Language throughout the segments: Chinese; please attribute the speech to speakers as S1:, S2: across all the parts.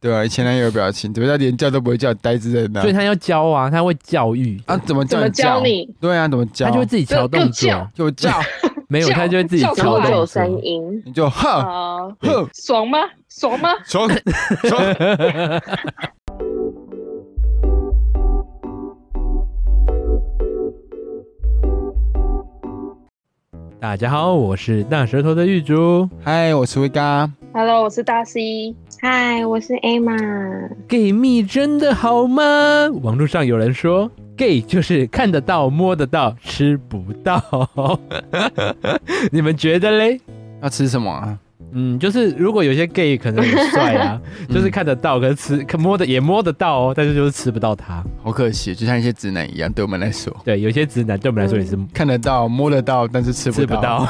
S1: 对吧、前男友的表情，对吧？他连叫都不会叫，呆滞在那
S2: 所以。他要教啊，他会教育，
S1: 啊，怎么
S3: 怎
S1: 叫
S3: 么
S1: 你
S3: 教
S1: 叫？
S3: 你？
S1: 对啊，怎么叫？
S2: 他就会自己调动
S3: 就就
S2: 作
S3: 叫，
S1: 就叫，
S2: 没有
S3: 叫
S2: 他就会自己
S3: 叫
S2: 调
S3: 出
S2: 动
S3: 来有
S2: 作
S3: 声。音
S1: 你就
S2: 哦
S1: 哼
S3: 啊，
S1: 哼，
S3: 爽吗？爽吗？
S1: 爽爽。
S2: 大家好，我是大舌头的玉竹
S1: 嗨，我是威嘎，
S3: Hello，我是大 C。
S4: 嗨，我是 Emma。
S2: ，gay 蜜真的好吗？网络上有人说，gay 就是看得到、摸得到、吃不到， 你们觉得嘞？
S1: 要吃什么啊？
S2: 嗯，就是如果有些 gay 可能很帅 啊，就是看得到，可是吃可摸的也摸得到哦，但是就是吃不到他。
S1: 好可惜，就像一些直男一样，对我们来说，
S2: 对，有些直男对我们来说也是
S1: 看得到、摸得到，但是吃
S2: 嗯吃不到。
S1: 到。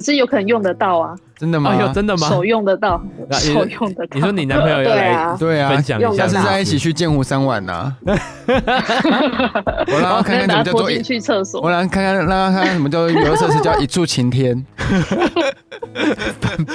S3: 是有可能用得到啊，
S1: 真的吗？
S2: 哎呦，真的吗？
S3: 手用得到，
S2: 那你
S3: 手用得到。
S2: 你说你男朋友要
S4: 对
S2: 来
S4: 啊
S1: 对啊
S2: 分，享一
S4: 用
S1: 下
S2: 下
S4: 得
S2: 是
S1: 次
S2: 不是，
S1: 再一起去剑湖三碗 呐。我让他看看什么
S3: 那把
S1: 叫
S3: 他
S1: 做
S3: 拖
S1: 一
S3: 进去厕所
S1: 我。来看看，让他看看什么叫有的设施叫一柱擎天。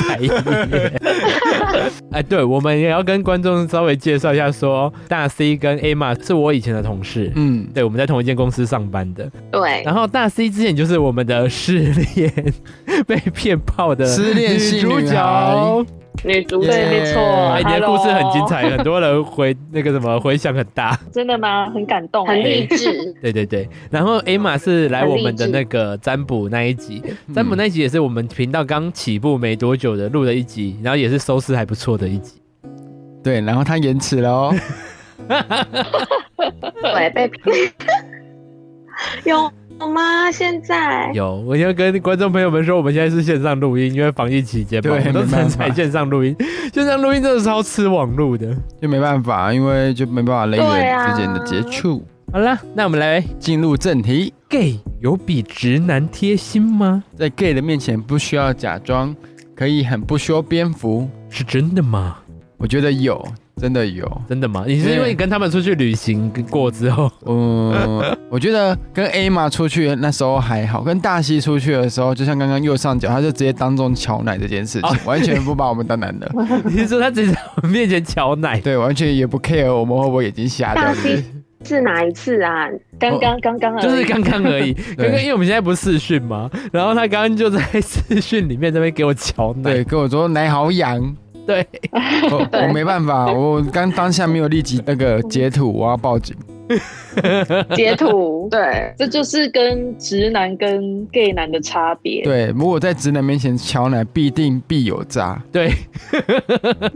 S2: 白眼。 哎，对，我们也要跟观众稍微介绍一下说大 C 跟 Emma 是我以前的同事。
S1: 嗯，
S2: 对，我们在同一间公司上班的。
S4: 对，
S2: 然后大 C 之前就是我们的失恋 被骗炮的
S1: 失恋系
S2: 女主
S1: 女
S2: 角
S1: 孩。
S4: 女主
S1: 角
S3: 对，没错。
S2: 哎，你的
S3: Hello
S2: 故事很精，彩，很多人回那个什么回响很大。，
S3: 真的吗？很感动
S4: 很
S3: 哎。
S4: 励志
S2: 对对对，然后 Emma 是来我们的那个占卜那一集，占卜那一集也是我们频道刚起步没多久的录的一集，然后也是收视还不错的一集。
S1: 对，然后他延迟了哦。
S4: 对，欸被 有吗？现在
S2: 有，我要跟观众朋友们说，我们现在是线上录音，因为防疫期间嘛，
S1: 对
S2: 我们都
S1: 没
S2: 只
S1: 办
S2: 能
S1: 法
S2: 采线上录音。线上录音真的超吃网路的。
S1: 就没办法，因为就没办法人与
S4: 对
S1: 人
S4: 啊
S1: 之间的接触。
S2: 好啦，那我们来
S1: 进入正题，
S2: ，gay 有比直男贴心吗？
S1: 在 gay 的面前不需要假装，可以很不修边幅。
S2: 是真的吗？
S1: 我觉得有，真的有。
S2: 真的吗？你是因为你跟他们出去旅行过之 后，
S1: 嗯，我觉得跟 A 玛出去那时候还好，跟大西出去的时候，就像刚刚右上角，他就直接当众瞧奶这件事
S4: 哦
S1: 情，完全不把我们当男 的，
S2: 你是说他直接在我们面前瞧奶？
S1: 对，完全也不 care 我们会不会已经瞎掉
S4: 大
S1: 这件
S4: 西
S1: 事。
S4: 是哪一次啊？，
S3: 刚刚刚刚而已
S2: 就是刚刚而 已，刚刚因为我们现在不是视讯嘛，然后他刚刚就在视讯里面那边给我瞧奶
S1: 对，，跟我说奶好痒，
S2: 对，
S1: 我我没办法，我刚当下没有立即那个截图，我要报警。
S3: 截图
S4: 对，
S3: 这就是跟直男跟 gay 男的差别。
S1: 对，如果在直男面前敲奶，必定必有 诈，
S2: 对，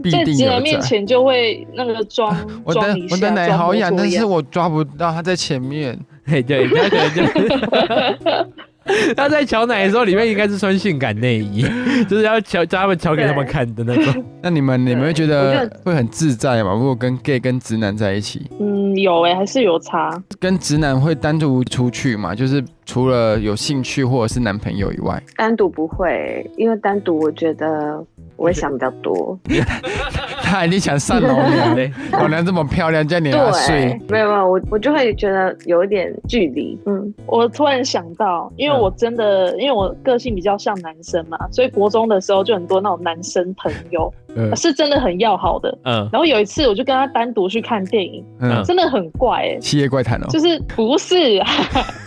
S1: 必
S3: 在
S1: 定
S3: 直男
S1: 有诈。
S3: 面前就会那个装
S1: 我的
S3: 装一
S1: 我
S3: 下，
S1: 的
S3: 装
S1: 奶好痒，
S3: 模作
S1: 但是
S3: 样
S1: 我抓不到，它在前面。
S2: 嘿，对，他可能就是。 他在瞧奶的时候，里面应该是穿性感内衣， 就是要瞧叫他们瞧给他们看的那种。
S1: 那你们你们会觉
S4: 我
S1: 得
S4: 觉
S1: 会很自在吗？如果跟 gay 跟直男在一起，
S3: 嗯有哎、还是有差。
S1: 跟直男会单独出去吗？就是除了有兴趣或者是男朋友以外，
S4: 单独不会，因为单独我觉得我会想比较多。
S1: 他一定想上老娘，
S2: 对，
S1: 老娘这么漂亮，叫你来
S4: 对
S1: 睡，，
S4: 没有没有，我我就会觉得有一点距离。嗯，
S3: 我突然想到，因为我真的、因为我个性比较像男生嘛，所以国中的时候就很多那种男生朋友，
S1: 嗯
S3: 是真的很要好的。
S2: 嗯，
S3: 然后有一次我就跟他单独去看电影，
S1: 嗯，
S3: 真的很怪哎、
S1: 七夜怪谈哦，
S3: 就是不是，啊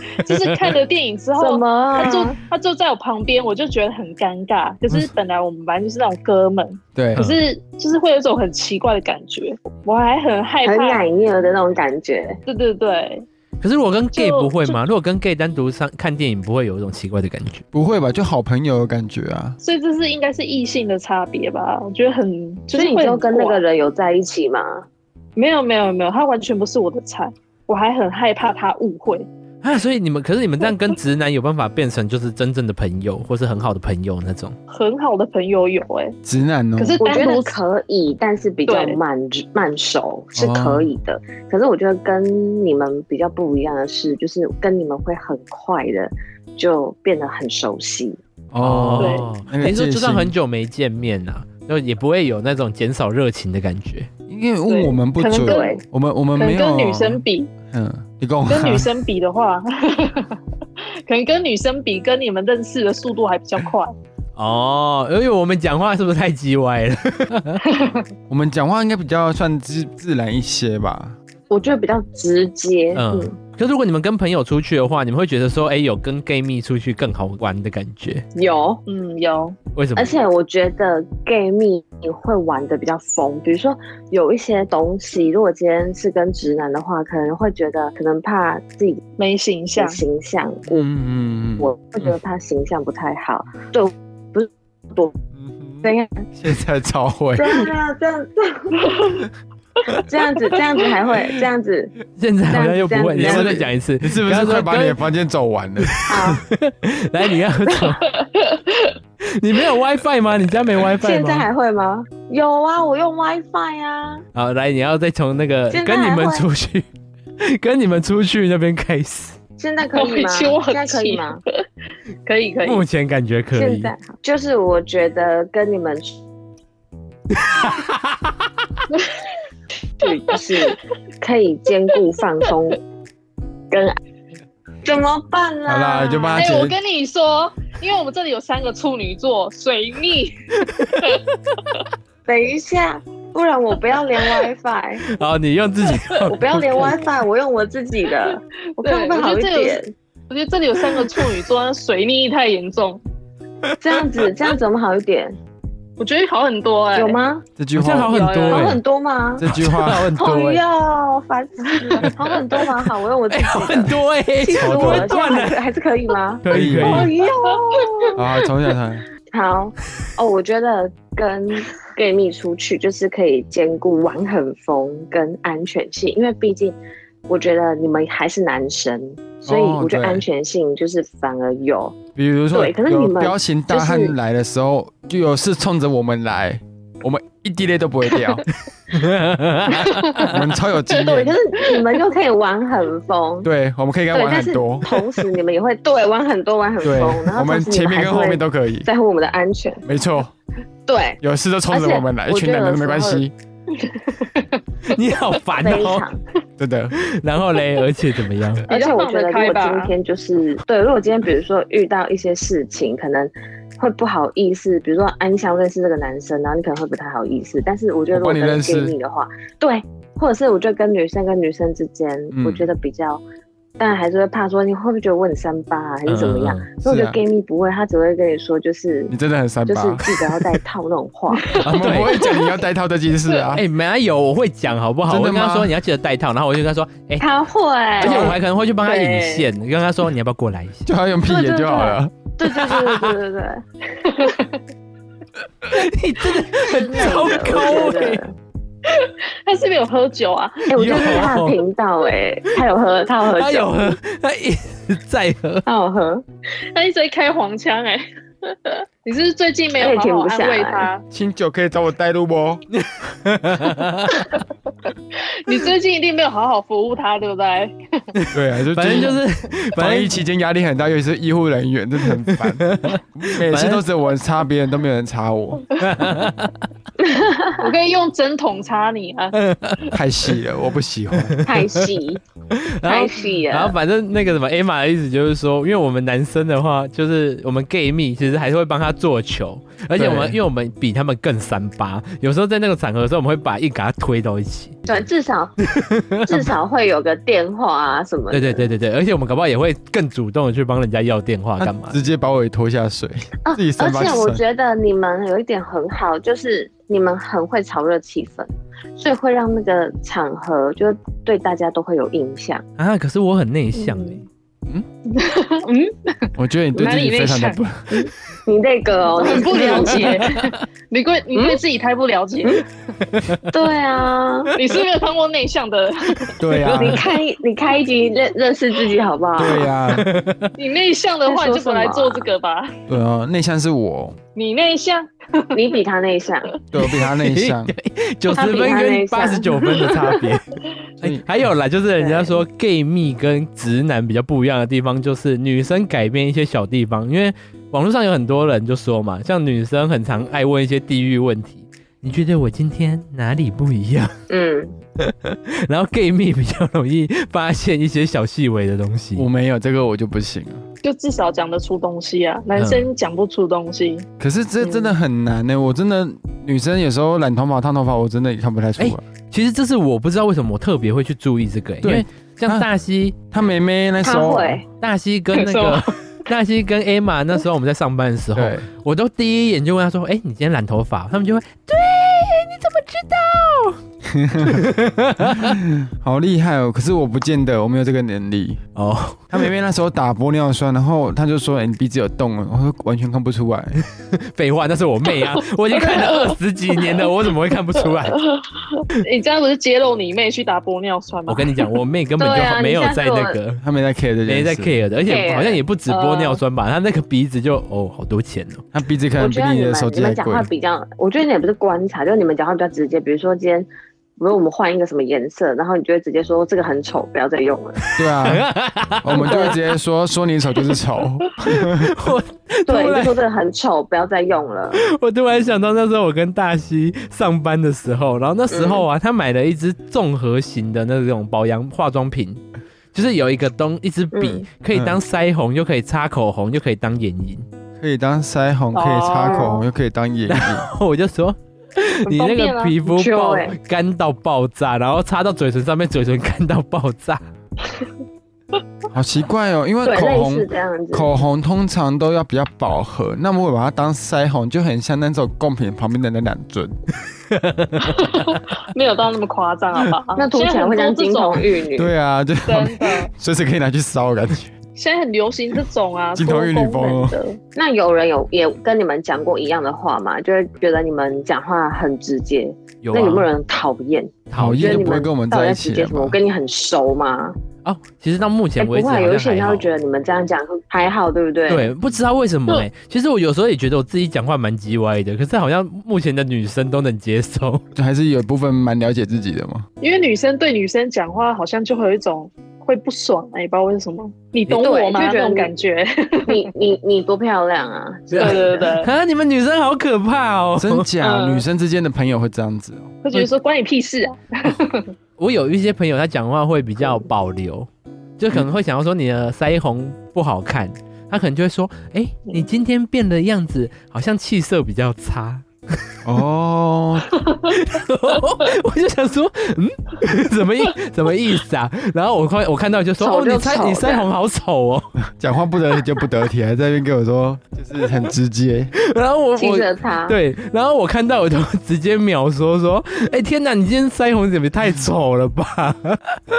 S3: 就是看了电影之后
S4: 什。么
S3: 他
S4: 啊？
S3: 就他就在我旁边，我就觉得很尴尬。可是本来我们班就是那种哥们，
S1: 对
S3: 可，是就是会有一种很奇怪的感觉，我还很害
S4: 很
S3: 怕。
S4: 奶腻的那种感觉。
S3: 对对对，
S2: 可是我跟 gay
S3: 就
S2: 不会吗？如果跟 gay 单独上看电影，不会有一种奇怪的感觉？
S1: 不会吧？就好朋友的感觉啊，
S3: 所以这是应该是异性的差别吧？我觉得很，就
S4: 所
S3: 是
S4: 以你
S3: 会
S4: 就
S3: 很
S4: 跟那
S3: 怪
S4: 个人有在一起吗？
S3: 没有没有没有，他完全不是我的菜，我还很害怕他误会。
S2: 啊，所以你们，可是你们这样跟直男有办法变成就是真正的朋友，或是很好的朋友那种？
S3: 很好的朋友有哎、
S1: 直男哦，
S3: 可是
S4: 嗯我觉
S3: 单独
S4: 得可以，但是比较
S3: 对
S4: 慢慢熟是可以的。可是我觉得跟你们比较不一样的是，就是跟你们会很快的就变得很熟悉。
S1: 哦，那个
S2: 你说
S1: 戒
S2: 就算
S1: 心
S2: 很久没见面啊，就也不会有那种减少热情的感觉。
S1: 因为问我们不
S3: 可能跟
S1: 准，我们我们
S3: 可
S1: 没
S3: 能
S1: 有啊
S3: 跟女生比，
S1: 嗯，你跟我
S3: 跟女生 比的话，可能跟女生比，跟你们认识的速度还比较快。
S2: 哦，因为我们讲话是不是太叽歪了？
S1: 我们讲话应该比较算自自然一些吧。
S4: 我觉得比较直接，嗯
S2: 嗯，可如果你们跟朋友出去的话，你们会觉得说，哎、有跟 gay 蜜出去更好玩的感觉？
S4: 有，
S3: 嗯，有，
S2: 为什么
S4: 而？且我觉得 gay 蜜会玩的比较疯，比如说有一些东西，如果今天是跟直男的话，可能会觉得可能怕自己
S3: 没形
S4: 的
S3: 象，
S4: 形象，
S1: 嗯嗯嗯，
S4: 我会觉得他形象不太好，对，不是多
S1: 嗯
S4: 这样
S1: 现在超会
S4: 这，样这样这样这样子这样子还会这样子
S2: 现在好像又不会，你
S4: 这
S2: 要
S4: 样
S2: 不要
S4: 子
S2: 再讲一 次？
S1: 你是不
S2: 不要
S1: 是
S2: 说
S1: 快把你的
S2: 跟
S1: 房间走完了？
S4: 好，
S2: 来，你要走。 你没有 WiFi 吗？你家没 WiFi
S4: 现在
S2: 吗？
S4: 还会吗？有啊，我用 WiFi 啊，
S2: 好，来，你要再从那个
S4: 现在
S2: 跟你
S4: 还
S2: 们
S4: 会
S2: 出去， 跟你们出去那边开始。
S4: 现在可以吗？
S3: 其实我很
S4: 现在可以
S3: 气
S4: 吗？？
S3: 可以可以，
S2: 目前感觉可
S4: 现
S2: 以。
S4: 在就是我觉得跟你们去去就是可以兼顾放松跟怎么办啊啦？
S1: 好啦，就帮
S3: 哎、
S1: 他
S3: 我
S1: 剪。
S3: 跟你说，因为我们这里有三个处女座，水逆，
S4: 等一下，不然我不要连 WiFi，
S2: 好，你用自己
S4: 我不要连 WiFi，我用我自己的，我看会
S3: 对我觉得
S4: 好一
S3: 这有
S4: 点。
S3: 我觉得这里有三个处女座，那水逆太严重，
S4: 这样子，这样怎么好一点？
S3: 我觉得好很多哎、
S4: 有？吗？
S1: 这句
S2: 好像
S1: 话
S2: 好很多、
S3: 有有
S2: 欸，
S4: 好很多吗？
S1: 这句话
S2: 好很多、
S4: 哦
S2: 欸，
S4: 哟，烦死了！好很多吗？好，我用我自
S2: 哎、
S4: 己
S2: 好很
S4: 的。
S2: 多哎、欸，
S4: 气死
S2: 不
S4: 我
S2: 会
S4: 了！这样
S2: 断
S4: 还
S2: 了，
S4: 是还是可以吗？
S2: 可以
S1: 可以
S2: 可
S4: 哦
S2: 以，
S4: 哟，
S1: 啊，重新来。
S4: 好哦，我觉得跟 gay 蜜出去就是可以兼顾玩很疯跟安全性，因为毕竟我觉得你们还是男生，所以
S1: 哦
S4: 我觉得
S1: 对
S4: 安全性就是反而有。
S1: 比如说，
S4: 对可是你
S1: 有
S4: 们
S1: 彪形大汉来的时候，就有事冲着我们来，我们一滴泪都不会掉，我们超有经
S4: 对，可
S1: 验。
S4: 是你们又可以玩很 疯。
S1: 对，我们可以跟他
S4: 对，
S1: 玩
S4: 但
S1: 很
S4: 是
S1: 多。
S4: 同时你们也会对玩很多玩很
S1: 对
S4: 疯，然，后
S1: 我们
S4: 同时你
S1: 前面
S4: 还是
S1: 跟后面
S4: 会
S1: 都可以。
S4: 在乎我们的安全。
S1: 没错，
S4: 对，
S1: 有事就冲着我们来，
S4: 而
S1: 一
S4: 且
S1: 群男的都没关
S4: 我
S1: 系，
S2: 你好烦
S4: 非
S2: 哦、
S4: 常。
S1: 真的。
S2: 然后嘞，而且怎么样？
S4: 而且我觉得，如果今天就是对，如果今天比如说遇到一些事情，可能会不好意思，比如说安想认识这个男生，然后你可能会不太好意思。但是我觉得，如
S1: 我帮
S4: 果
S1: 你认
S4: 跟
S1: 识
S4: g a 的话，对，或者是我觉得跟女生跟女生之间，
S1: 嗯
S4: 我觉得比较，但还是会怕说你会不会觉得我很三八啊，还是怎么样？
S2: 嗯
S4: 所以我觉得
S1: 是啊
S4: gay 蜜不会，他只会跟你说就是
S1: 你真的很三
S4: 就是
S1: 八，
S4: 记得要带套那种话。
S2: 啊，
S1: 我们不
S2: 对。
S1: 会讲你要带套这件事 啊
S2: 哎、。没有，我会讲好不好？
S1: 真
S2: 我
S1: 的
S2: 跟他
S1: 吗
S2: 说你要记得戴套，然后我就跟他说，哎、
S4: 他会，
S2: 而且我还可能会去帮他引线，跟他说你要不要过来一 下？
S1: 就要用屁眼就好了，
S4: 对对对对对 对对，
S2: 你真的很糟
S4: 我
S2: 糕
S4: 觉
S2: 哎、
S1: 欸
S4: 得
S3: 他是不是有喝酒啊？
S4: 哎、我觉得是他
S2: 有
S4: 的频道哎、他有喝，他有喝酒，
S2: 他有喝，他一直在喝。
S4: 他有喝，
S3: 他一直在开黄腔哎、 你是不是最近没有好好安慰他？
S1: 清酒可以找我带路不？
S3: 你最近一定没有好好服务他，对不对？
S1: 对啊，就
S2: 反正就是，反
S1: 防
S2: 正
S1: 疫期间压力很大，尤其是医护人员，真的很 烦。每次都只有我人插别人，都没有人插我，
S3: 我可以用针筒插你啊！
S1: 太细了，我不喜欢。
S4: 太细，
S2: 然后
S4: 太细
S2: 然后
S4: 了。
S2: 反正那个什么 Emma 的意思就是说，因为我们男生的话，就是我们 gay 蜜其实还是会帮他做球，而且我们
S1: 对
S2: 因为我们比他们更三八，有时候在那个场合的时候，我们会把硬给他推到一起。
S4: 对，至少至少会有个电话啊什么
S2: 对
S4: 的。
S2: 对对对对，而且我们搞不好也会更主动的去帮人家要电话 干嘛
S1: 他？直接把我给拖下水，
S4: 啊
S1: 自己三
S4: 而
S1: 八
S4: 且我
S1: 三
S4: 觉得你们有一点很好，就是你们很会炒热气氛，所以会让那个场合就是对大家都会有印象。
S2: 啊，可是我很内向哎、
S3: 嗯，
S1: 我觉得你对自己非常的不，
S4: 你那个哦，
S3: 很
S4: 你
S3: 不了解， 你对你对自己太不了解，
S4: 嗯对啊，
S3: 你是没有当过内向的，
S1: 对呀，
S4: 你开你开一集认认识自己好不好？
S1: 对呀，
S3: 你内向的话
S4: 在
S3: 你
S4: 说
S3: 就不来
S4: 什么啊
S3: 做这个吧。
S1: 对啊，内向是我，
S3: 你内向，
S4: 你比他内向，
S1: 对我比他内向，
S2: 九十
S4: 他比
S2: 分
S4: 他
S2: 跟
S4: 内向
S2: 八十九分的差别。
S1: 所
S2: 哎
S1: 以，
S2: 还有啦，就是人家说 gay 蜜跟直男比较不一样的地方，就是女生改变一些小地方，因为网络上有很多人就说嘛，像女生很常爱问一些地域问题。你觉得我今天哪里不一样？
S4: 嗯，
S2: 然后 gay 蜜比较容易发现一些小细微的东西。
S1: 我没有这个我就不行了。
S3: 就至少讲得出东西啊，男生讲不出东西。
S1: 可是这真的很难
S2: 嗯
S1: 呢、我真的女生有时候染头发、烫头发，我真的也看不太
S2: 哎
S1: 出来。
S2: 其实这是我不知道为什么我特别会去注意这个、欸因
S1: 对啊
S2: 为像
S1: 他
S2: 大西、
S1: 她妹妹那时
S4: 他
S1: 候，
S4: 会，
S2: 大西 跟那
S3: 没
S2: 个
S3: 错
S2: 大西跟 Emma 那时候我们在上班的时候，
S1: 对，
S2: 我都第一眼就问他说：“哎、你今天染头发？”他们就会：“对，你怎么知道
S1: 好厉害哦。可是我不见得，我没有这个能力。？”
S2: 哦，
S1: 她妹妹那时候打玻尿酸，然后她就说：“哎、你鼻子有洞了。”我说：“完全看不出来。
S2: 废话，那是我妹 啊！我已经看了二十几年了，我怎么会看不出来？
S3: 你这样不是揭露你妹去打玻尿酸吗
S2: 我？跟你讲，我妹根本
S4: 对
S2: 就
S4: 啊
S2: 没有
S4: 你下次
S2: 在那
S4: 我
S2: 个。”
S1: 她没在 care 这件事，
S2: 没在 care 的，而且
S4: care 呃
S2: 好像也不止玻尿酸吧，她那个鼻子就哦好多钱哦，
S1: 她鼻子可
S4: 我
S1: 能比
S4: 觉得
S1: 你
S4: 你
S1: 的
S4: 们
S1: 手
S4: 你
S1: 机还
S4: 们讲
S1: 贵
S4: 话。比较，我觉得你也不是观察，就是你们讲话比较直接。比如说今天，比如我们换一个什么颜色，然后你就会直接说这个很丑，不要再用 了。
S1: 对啊， 我们就会直接说说你丑就是丑。
S2: 我
S4: 对，
S2: 突
S4: 你
S2: 然
S4: 就说这个很丑，不要再用了。
S2: 我突然想到那时候我跟大西上班的时候，然后那时
S4: 嗯
S2: 候啊，他买了一支综合型的那种保养化妆品，就是有一个东一支笔
S4: 嗯，
S2: 可以当腮红，又可以擦口红，又可以当眼影。
S1: 可以当腮红，可以擦
S4: 哦
S1: 口红，又可以当眼影。
S2: 然后我就说。你那
S3: 方便
S2: 个
S3: 啊
S2: 皮肤
S4: 很 chill
S2: 爆
S4: 欸
S2: 干到爆炸，然后擦到嘴唇上面，嘴唇干到爆炸。
S1: 好奇怪哦，因为
S4: 对，
S1: 口
S4: 类
S1: 红
S4: 似这样子。
S1: 口红通常都要比较饱和，那么我把它当腮红，就很像那种贡品旁边的那两尊。
S3: 没有到那么夸张，好不好？
S4: 那涂起来会像金
S3: 现在很多
S4: 童玉女。
S1: 对啊，就
S3: 这种，真 的，
S1: 随时可以拿去烧，感觉。
S3: 现在很流行这 种啊，
S1: 金童玉女风哦
S3: 多功能的。
S4: 那有人有也跟你们讲过一样的话吗？就是觉得你们讲话很直接，
S2: 有
S4: 那有没有
S2: 啊，
S4: 人讨厌？
S1: 讨
S4: 觉
S1: 厌
S4: 得
S1: 就
S4: 你
S1: 哦不会
S4: 们
S1: 跟我们
S4: 到底
S1: 在
S4: 在
S1: 一起
S4: 直接
S1: 了
S4: 什么？我
S1: 吧。
S4: 跟你很熟吗？
S2: 哦，其实到目前
S4: 哎，不
S2: 为止好
S4: 会，
S2: 像
S4: 有一些人
S2: 还
S4: 他
S2: 好
S4: 会觉得你们这样讲还好，对不对？，
S2: 对，不知道为什么哎、其实我有时候也觉得我自己讲话蛮叽歪的，可是好像目前的女生都能接 受。
S1: 就还是有一部分蛮了解自己的嘛。
S3: 因为女生对女生讲话，好像就会有一种会不爽，哎、也不知道为什么。你懂我吗？
S4: 对就觉得
S3: 那种 感觉。
S4: 你你你多漂亮啊！
S3: 对对对，
S2: 啊，你们女生好可怕哦！
S1: 真假？
S3: 嗯
S1: 女生之间的朋友会这样子哦。
S3: 会觉得说关你屁事啊！
S2: 我有一些朋友，他讲话会比较保留，就可能会想要说你的腮红不好看，他可能就会说，哎、你今天变的样子好像气色比较差。
S1: 哦，
S2: 我就想说，嗯，什么意什么意思啊？然后我看我看到就说，
S4: 丑
S2: 哦，
S4: 就
S2: 你腮
S4: 丑
S2: 你腮红好丑哦。
S1: 讲话不得体就不得体，还在那边跟我说，就是很直接。
S2: 然后我
S4: 记
S2: 我
S4: 着他，
S2: 对，然后我看到我就直接秒说说，哎、天哪，你今天腮红怎么太丑了吧？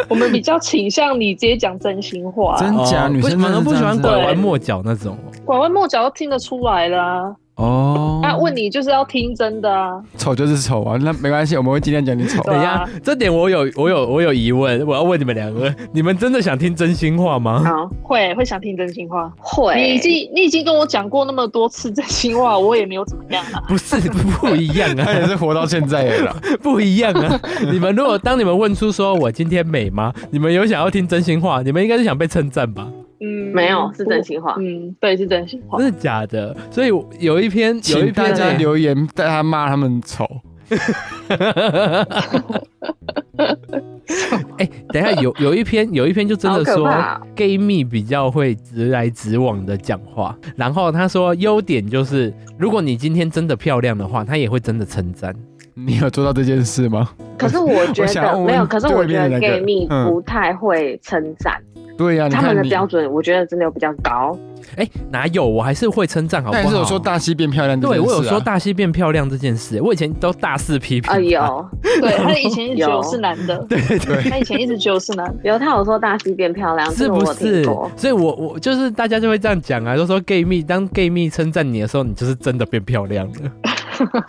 S3: 我们比较倾向你直接讲真心话，啊
S1: 真假？
S2: 哦
S1: 女
S2: 不
S1: 生
S2: 反而
S1: 真的
S2: 不
S1: 是
S2: 喜
S1: 这样
S2: 欢
S1: 子
S2: 拐
S1: 哦
S2: 弯抹角那种哦。
S3: 拐弯抹角都听得出来啦。
S1: 哦。
S4: 啊
S3: 他、问你就是要听真的啊，
S1: 丑就是丑啊，那没关系，我们会尽量讲你丑。
S3: 对
S2: 等一
S3: 啊
S2: 下，这点我有我有我有疑问，我要问你们两个，你们真的想听真心话吗？
S4: 好
S3: 会会想听真心话。
S4: 会，
S3: 你已经你已经跟我讲过那么多次真心 话，我也没有怎么样啊。
S2: 不是不一样
S1: 他
S2: 啊，
S1: 也是活到现在了啦。
S2: 不一样啊！ 你们如果当你们问出说我今天美吗，你们有想要听真心话，你们应该是想被称赞吧？
S3: 嗯，
S4: 没有是真心话。
S3: 嗯，对，是真心 话。
S2: 真的假的？所以有一篇有一
S1: 请大
S2: 篇
S1: 家留言，大家骂他们丑。
S2: 哎、等一下 有有一篇有一篇就真的
S4: 好可
S2: 说
S4: 怕
S2: gay 蜜比较会直来直往的讲话，然后他说优点就是如果你今天真的漂亮的话，他也会真的称赞。
S1: 你有做到这件事吗？
S4: 可是我觉
S1: 我想要
S4: 得
S1: 问
S4: 没有，可是我
S1: 对
S4: 觉
S1: 面的那
S4: 得
S1: 个
S4: gay 蜜
S1: 嗯
S4: 不太会称赞，
S1: 对呀、你
S4: 他们
S1: 看
S4: 的
S1: 你。
S4: 标准我觉得真的有比较高。
S2: 哎、哪有？我还是会称赞，好不好？
S1: 但是我说大西变漂亮这件
S2: 对
S1: 事、啊，
S2: 我有说大西变漂亮这件事，我以前都大肆批评。
S4: 啊，，有
S3: 对他以前一直觉得我
S4: 有
S3: 是男的，
S2: 对对对，
S3: 他以前一直觉得我是男的。
S4: 有，他有说大西变漂亮，
S2: 是
S4: 这个
S2: 不
S4: 我听
S2: 是
S4: 过？
S2: 所以我我就是大家就会这样讲啊，就说 gay 蜜，当 gay 蜜称赞你的时候，你就是真的变漂亮了。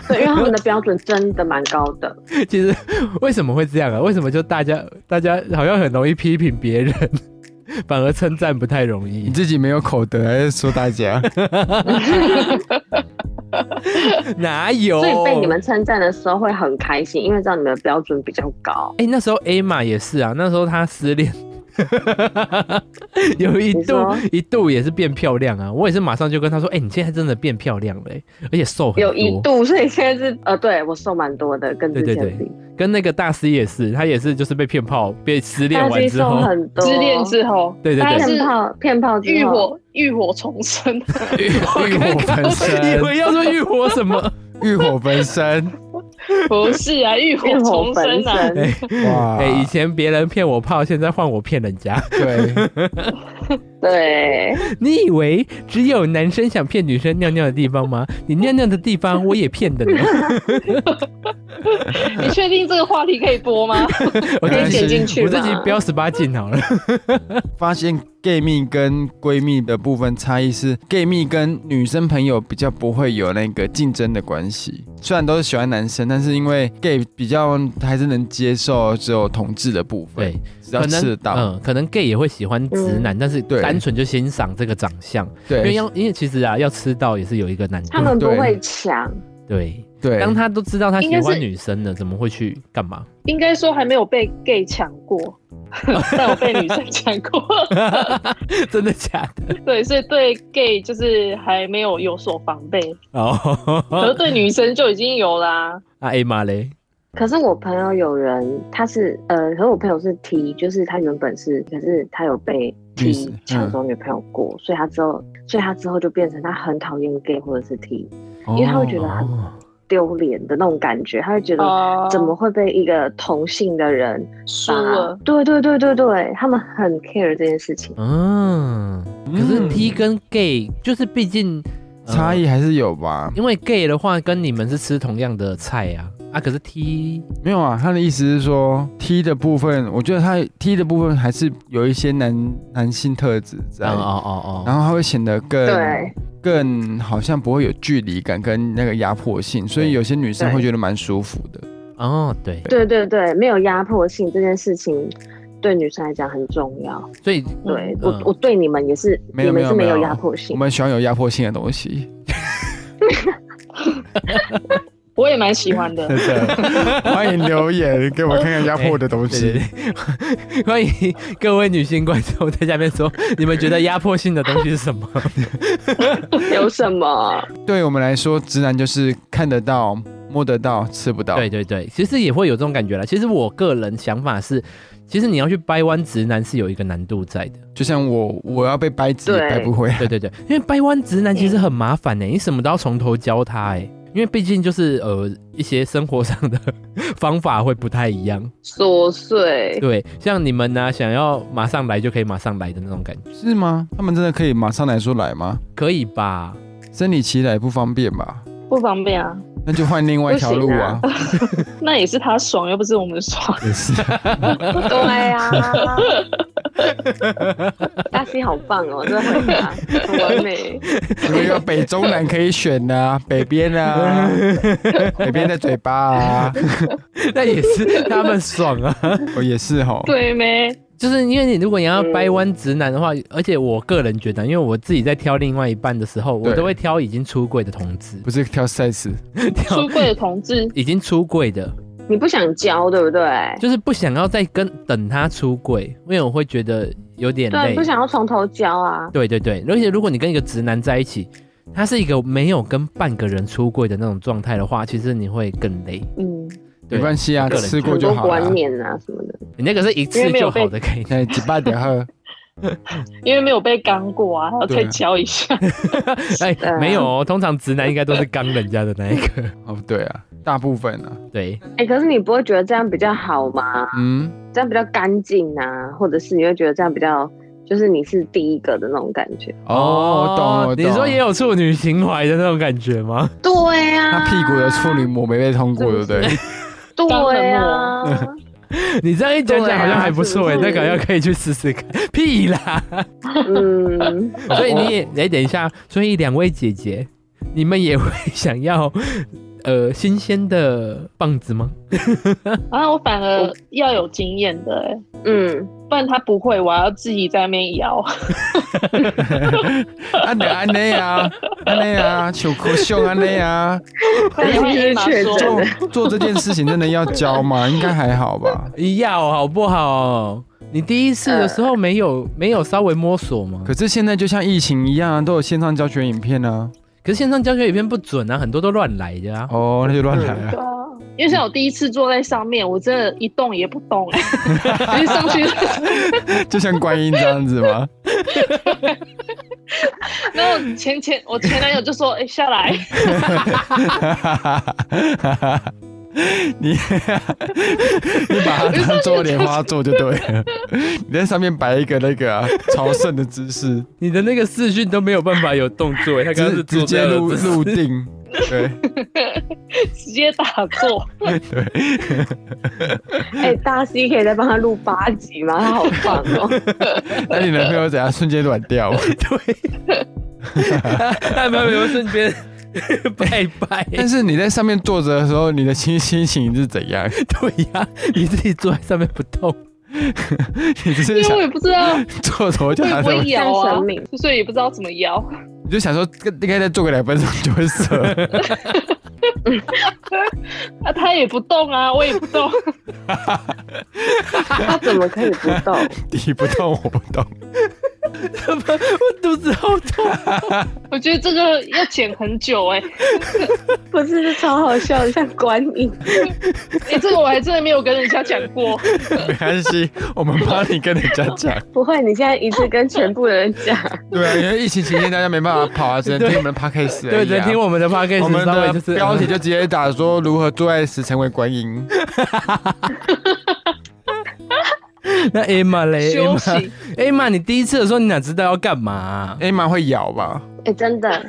S4: 对，因为他们的标准真的蛮高的。
S2: 其实为什么会这样啊？为什么就大家大家好像很容易批评别人， 反而称赞不太容易
S1: 你？自己没有口德，还是说大家？
S2: 哪有？
S4: 所以被你们称赞的时候会很开心，因为知道你们的标准比较高。
S2: 哎、那时候 Emma 也是啊，那时候她失恋， 有一度
S4: 你说
S2: 一度也是变漂亮啊，我也是马上就跟他说，哎、你现在真的变漂亮了、欸而且瘦很多。
S4: 有一度，所以现在是呃，对我瘦蛮多的，跟之前比，
S2: 对对对跟那个大师也是，他也是就是被骗炮，被失恋
S4: 但
S2: 完
S4: 是
S2: 之
S4: 瘦
S2: 后，
S4: 很多，
S3: 失恋之后，
S2: 对对对
S3: 他
S4: 骗
S3: 是
S4: 炮骗炮之
S3: 浴
S4: 后，
S3: 火浴火重生，
S1: 欲火 焚
S2: 以
S1: 身，
S2: 为要说欲火什么，
S1: 欲火焚身，
S3: 不是啊，浴火
S4: 欲火
S3: 重
S4: 焚
S3: 生啊，
S4: 身，
S1: 哇，
S2: 哎、以前别人骗我炮，现在换我骗人家。
S1: 对，
S4: 对，
S2: 你以为只有男生想骗女生尿尿的地方 吗？你尿尿的地方我也骗的呢。
S3: 你确定这个话题可以播 吗？
S2: 我
S4: 可
S2: 这
S4: 以
S2: 集
S4: 剪进去
S2: 我这集
S4: 吧
S2: 不要十八禁好 了。
S1: 发现 gay 蜜跟闺蜜的部分差异是，gay 蜜跟女生朋友比较不会有那个竞争的关系。虽然都是喜欢男生，但是因为 gay 比较还是能接受只有同志的部分，
S2: 对，
S1: 只要
S2: 可能
S1: 吃得到，
S2: 嗯，可能 gay 也会喜欢直
S4: 嗯
S2: 男，但是
S1: 对
S2: 单纯就欣赏这个长相，因为
S1: 对
S2: 要因为其实啊，要吃到也是有一个难度
S4: 他。们不
S1: 对
S4: 会抢，
S2: 对，
S1: 对，
S2: 当他都知道他喜
S3: 应该
S2: 欢
S3: 是
S2: 女生了，怎么会去干嘛？
S3: 应该说还没有被 gay 抢过，但我被女 生抢过，
S2: 真的假的？
S3: 对，所以对 gay 就是还没有有所防备， 可是
S2: 哦，
S3: 对女生就已经有啦。
S2: 啊，艾玛嘞，
S4: 可是我朋友有人，他是呃，可是我朋友是 T，就是他原本是，可是他有被
S1: 女生
S4: T 抢走女朋友过，
S1: 嗯
S4: 所以他之后，所以他之后就变成他很讨厌 gay 或者是 T 因为他会觉得很
S2: 哦，
S4: 丢脸的那种感觉，他会觉得
S3: 哦，
S4: 怎么会被一个同性的人
S3: 输
S4: 把
S3: 了？
S4: 对对对对对，他们很 care 这件事情。
S2: 嗯，可是 T 跟 gay 就是毕竟
S1: 嗯差，
S2: 呃
S1: 异还是有吧？
S2: 因为 gay 的话跟你们是吃同样的菜啊，啊，可是 T
S1: 没有啊，他的意思是说 T 的部分，我觉得他 T 的部分还是有一些男男性特质在，
S2: 哦哦哦
S1: 然后他会显得更
S4: 对，
S1: 更好像不会有距离感跟那个压迫性，所以有些女生会觉得蛮舒服的。
S2: 哦哦，对，
S4: 对对对，没有压迫性这件事情对女生来讲很重要。
S2: 所以
S4: 对、
S2: 嗯
S4: 我，我对你们也是，
S1: 没有
S4: 你们是
S1: 没
S4: 没
S1: 有
S4: 有
S1: 没有
S4: 压迫
S1: 我
S4: 性。
S1: 们喜欢有压迫性的东西，
S3: 我也蛮喜欢的
S1: 真。的。 欢迎留言给我们看看压迫的东
S2: 哎对
S1: 西。
S2: 对对， 欢迎各位女性观众在下面说， 你们觉得压迫性的东西是什么？
S4: 有什么？
S1: 对我们来说，直男就是看得到、摸得到、吃不到。
S2: 对，对对，其实也会有这种感觉啦。其实我个人想法是，其实你要去掰弯直男是有一个难度在的。
S1: 就像我，我要被掰直也
S4: 对
S1: 掰不回来。
S2: 对 对对，因为掰弯直男其实很麻烦欸呢、你什么都要从头教他哎、因为毕竟就是呃一些生活上的方法会不太一样。
S4: 琐碎。
S2: 对，像你们呢、啊想要马上来就可以马上来的那种感觉，
S1: 是吗？他们真的可以马上来说来吗？
S2: 可以 吧？
S1: 生理期来不方便吧？
S3: 不方便啊，
S1: 那就换另外一条路啊。
S3: 那也是他爽，又不是我们爽。
S1: 也是，
S4: 对啊，大西好棒哦，真的很棒，很完美。
S1: 因为 有北中南可以选啊，北边啊，北边的嘴巴啊，
S2: 那也是他们爽啊。
S1: 哦也是吼。
S3: 对没？
S2: 哦就是因为你如果你要掰弯直男的话，而且我个人觉得，因为我自己在挑另外一半的时候，我
S1: 对
S2: 都会挑已经出柜的同志，
S1: 不是挑 size，
S3: 出柜的同志，
S2: 已经出柜的，
S4: 你不想教对不对？
S2: 就是不想要再跟等他出柜，因为我会觉得有点
S4: 对，啊
S2: 累
S4: 不。想要从头教啊。
S2: 对对对，而且如果你跟一个直男在一起，他是一个没有跟半个人出柜的那种状态的话，其实你会更累。
S4: 嗯，
S2: 对
S1: 没关系啊，
S2: 个人
S1: 吃过
S4: 很
S1: 就
S4: 多
S1: 好了
S4: 观。念啊什么的。
S2: 你那个是一次就好的概念，
S1: 哎，几八点喝，
S3: 因为没有被刚过啊，还要再
S1: 对
S3: 教一 下。
S2: 哎，
S4: 的
S2: 没有哦，通常直男应该都是刚人家的那 一个。
S1: 哦，对啊，大部分啊，
S2: 对，
S4: 哎、可是你不会觉得这样比较好吗？
S1: 嗯，
S4: 这样比较干净啊，或者是你会觉得这样比较，就是你是第一个的那种感觉。
S1: 哦，我懂，我懂。
S2: 你说也有处女情怀的那种感觉吗？
S4: 对啊，
S1: 那屁股的处女膜没被通过，对不对？
S4: 对啊，
S2: 你这样一讲讲好像还不错哎、
S4: 对
S2: 那
S4: 啊是不
S2: 个
S4: 是
S2: 要可以去试试看。 屁 啦！
S4: 嗯，
S2: 所以你也哎、等一下，所以两位姐姐，你们也会想要呃新鲜的棒子吗？
S3: 啊，我反而要有经验的、欸，
S4: 嗯，
S3: 不然他不会，我要自己在那边摇。
S1: 安内安内啊，安内啊，求哭胸安内啊，
S4: 但是
S3: 因为
S4: 是确诊
S1: 做
S4: 的，
S1: 做这件事情真的要教吗？应该还好吧？
S2: 要好不好？你第一次的时候没有、没有稍微摸索吗？可
S1: 可是现在就像疫情一样啊，都有线上教学影片啊。
S2: 是线上教学影片不准啊，很多都乱来的啊。
S1: 哦，那就乱来
S3: 对
S1: 了。
S3: 啊，因为像我第一次坐在上面，我真的一动也不动、 欸，直接上去。
S1: 就像观音这样子吗？
S3: 然后我前前我前男友就说：“哎、下来。
S1: 你 你把它当做莲花座就对了，你在上面摆一个那个啊朝圣的姿势，
S2: 你的那个视讯都没有办法有动作，欸他刚刚
S1: 直
S2: 是
S1: 直
S2: 坐
S1: 接
S2: 在
S1: 入
S2: 了
S1: 入定，对，”
S3: 直接打坐。
S4: 哎、大 C 可以再帮他录八集吗？他好棒哦！
S1: 那你男朋友怎样瞬间软掉？
S2: 他没有没有瞬间拜 拜。
S1: 但是你在上面坐着的时候，你的心心情是怎样？
S2: 对呀、你自己坐在上面不动，
S1: 你只是
S3: 因为
S1: 想
S3: 我也不知道
S1: 坐头就
S3: 会
S1: 拿
S3: 不
S1: 着，
S3: 会摇啊
S4: 像神明，
S3: 所以也不知道怎么摇。
S1: 你就想说应该再坐个两分钟就会射。
S3: 啊，他也不动啊，我也不动。
S4: 他怎么可以不动？
S1: 你不动我不动，
S2: 我肚子好痛。
S3: 我觉得这个要剪很久哎、欸，
S4: 不是，是超好笑 的，像观音。
S3: 哎、这个我还真的没有跟人家讲过。
S1: 没关系，我们帮你跟人家讲。
S4: 不会，你现在一次跟全部的人讲，
S1: 对啊，因为疫情期间大家没办法跑啊，只能听我们 podcast 而已啊
S2: 对，只能听我们的 p o d c a
S1: 我
S2: s
S1: 们
S2: t 稍微就
S1: 的
S2: 是
S1: 标题就直接打说如何做爱时成为观 音。
S2: 那 Emma 嘞
S3: 休息
S2: ，Emma，Emma，你第一次的时候你哪知道要干嘛啊、
S1: 艾玛会咬吧？
S4: 哎、真的，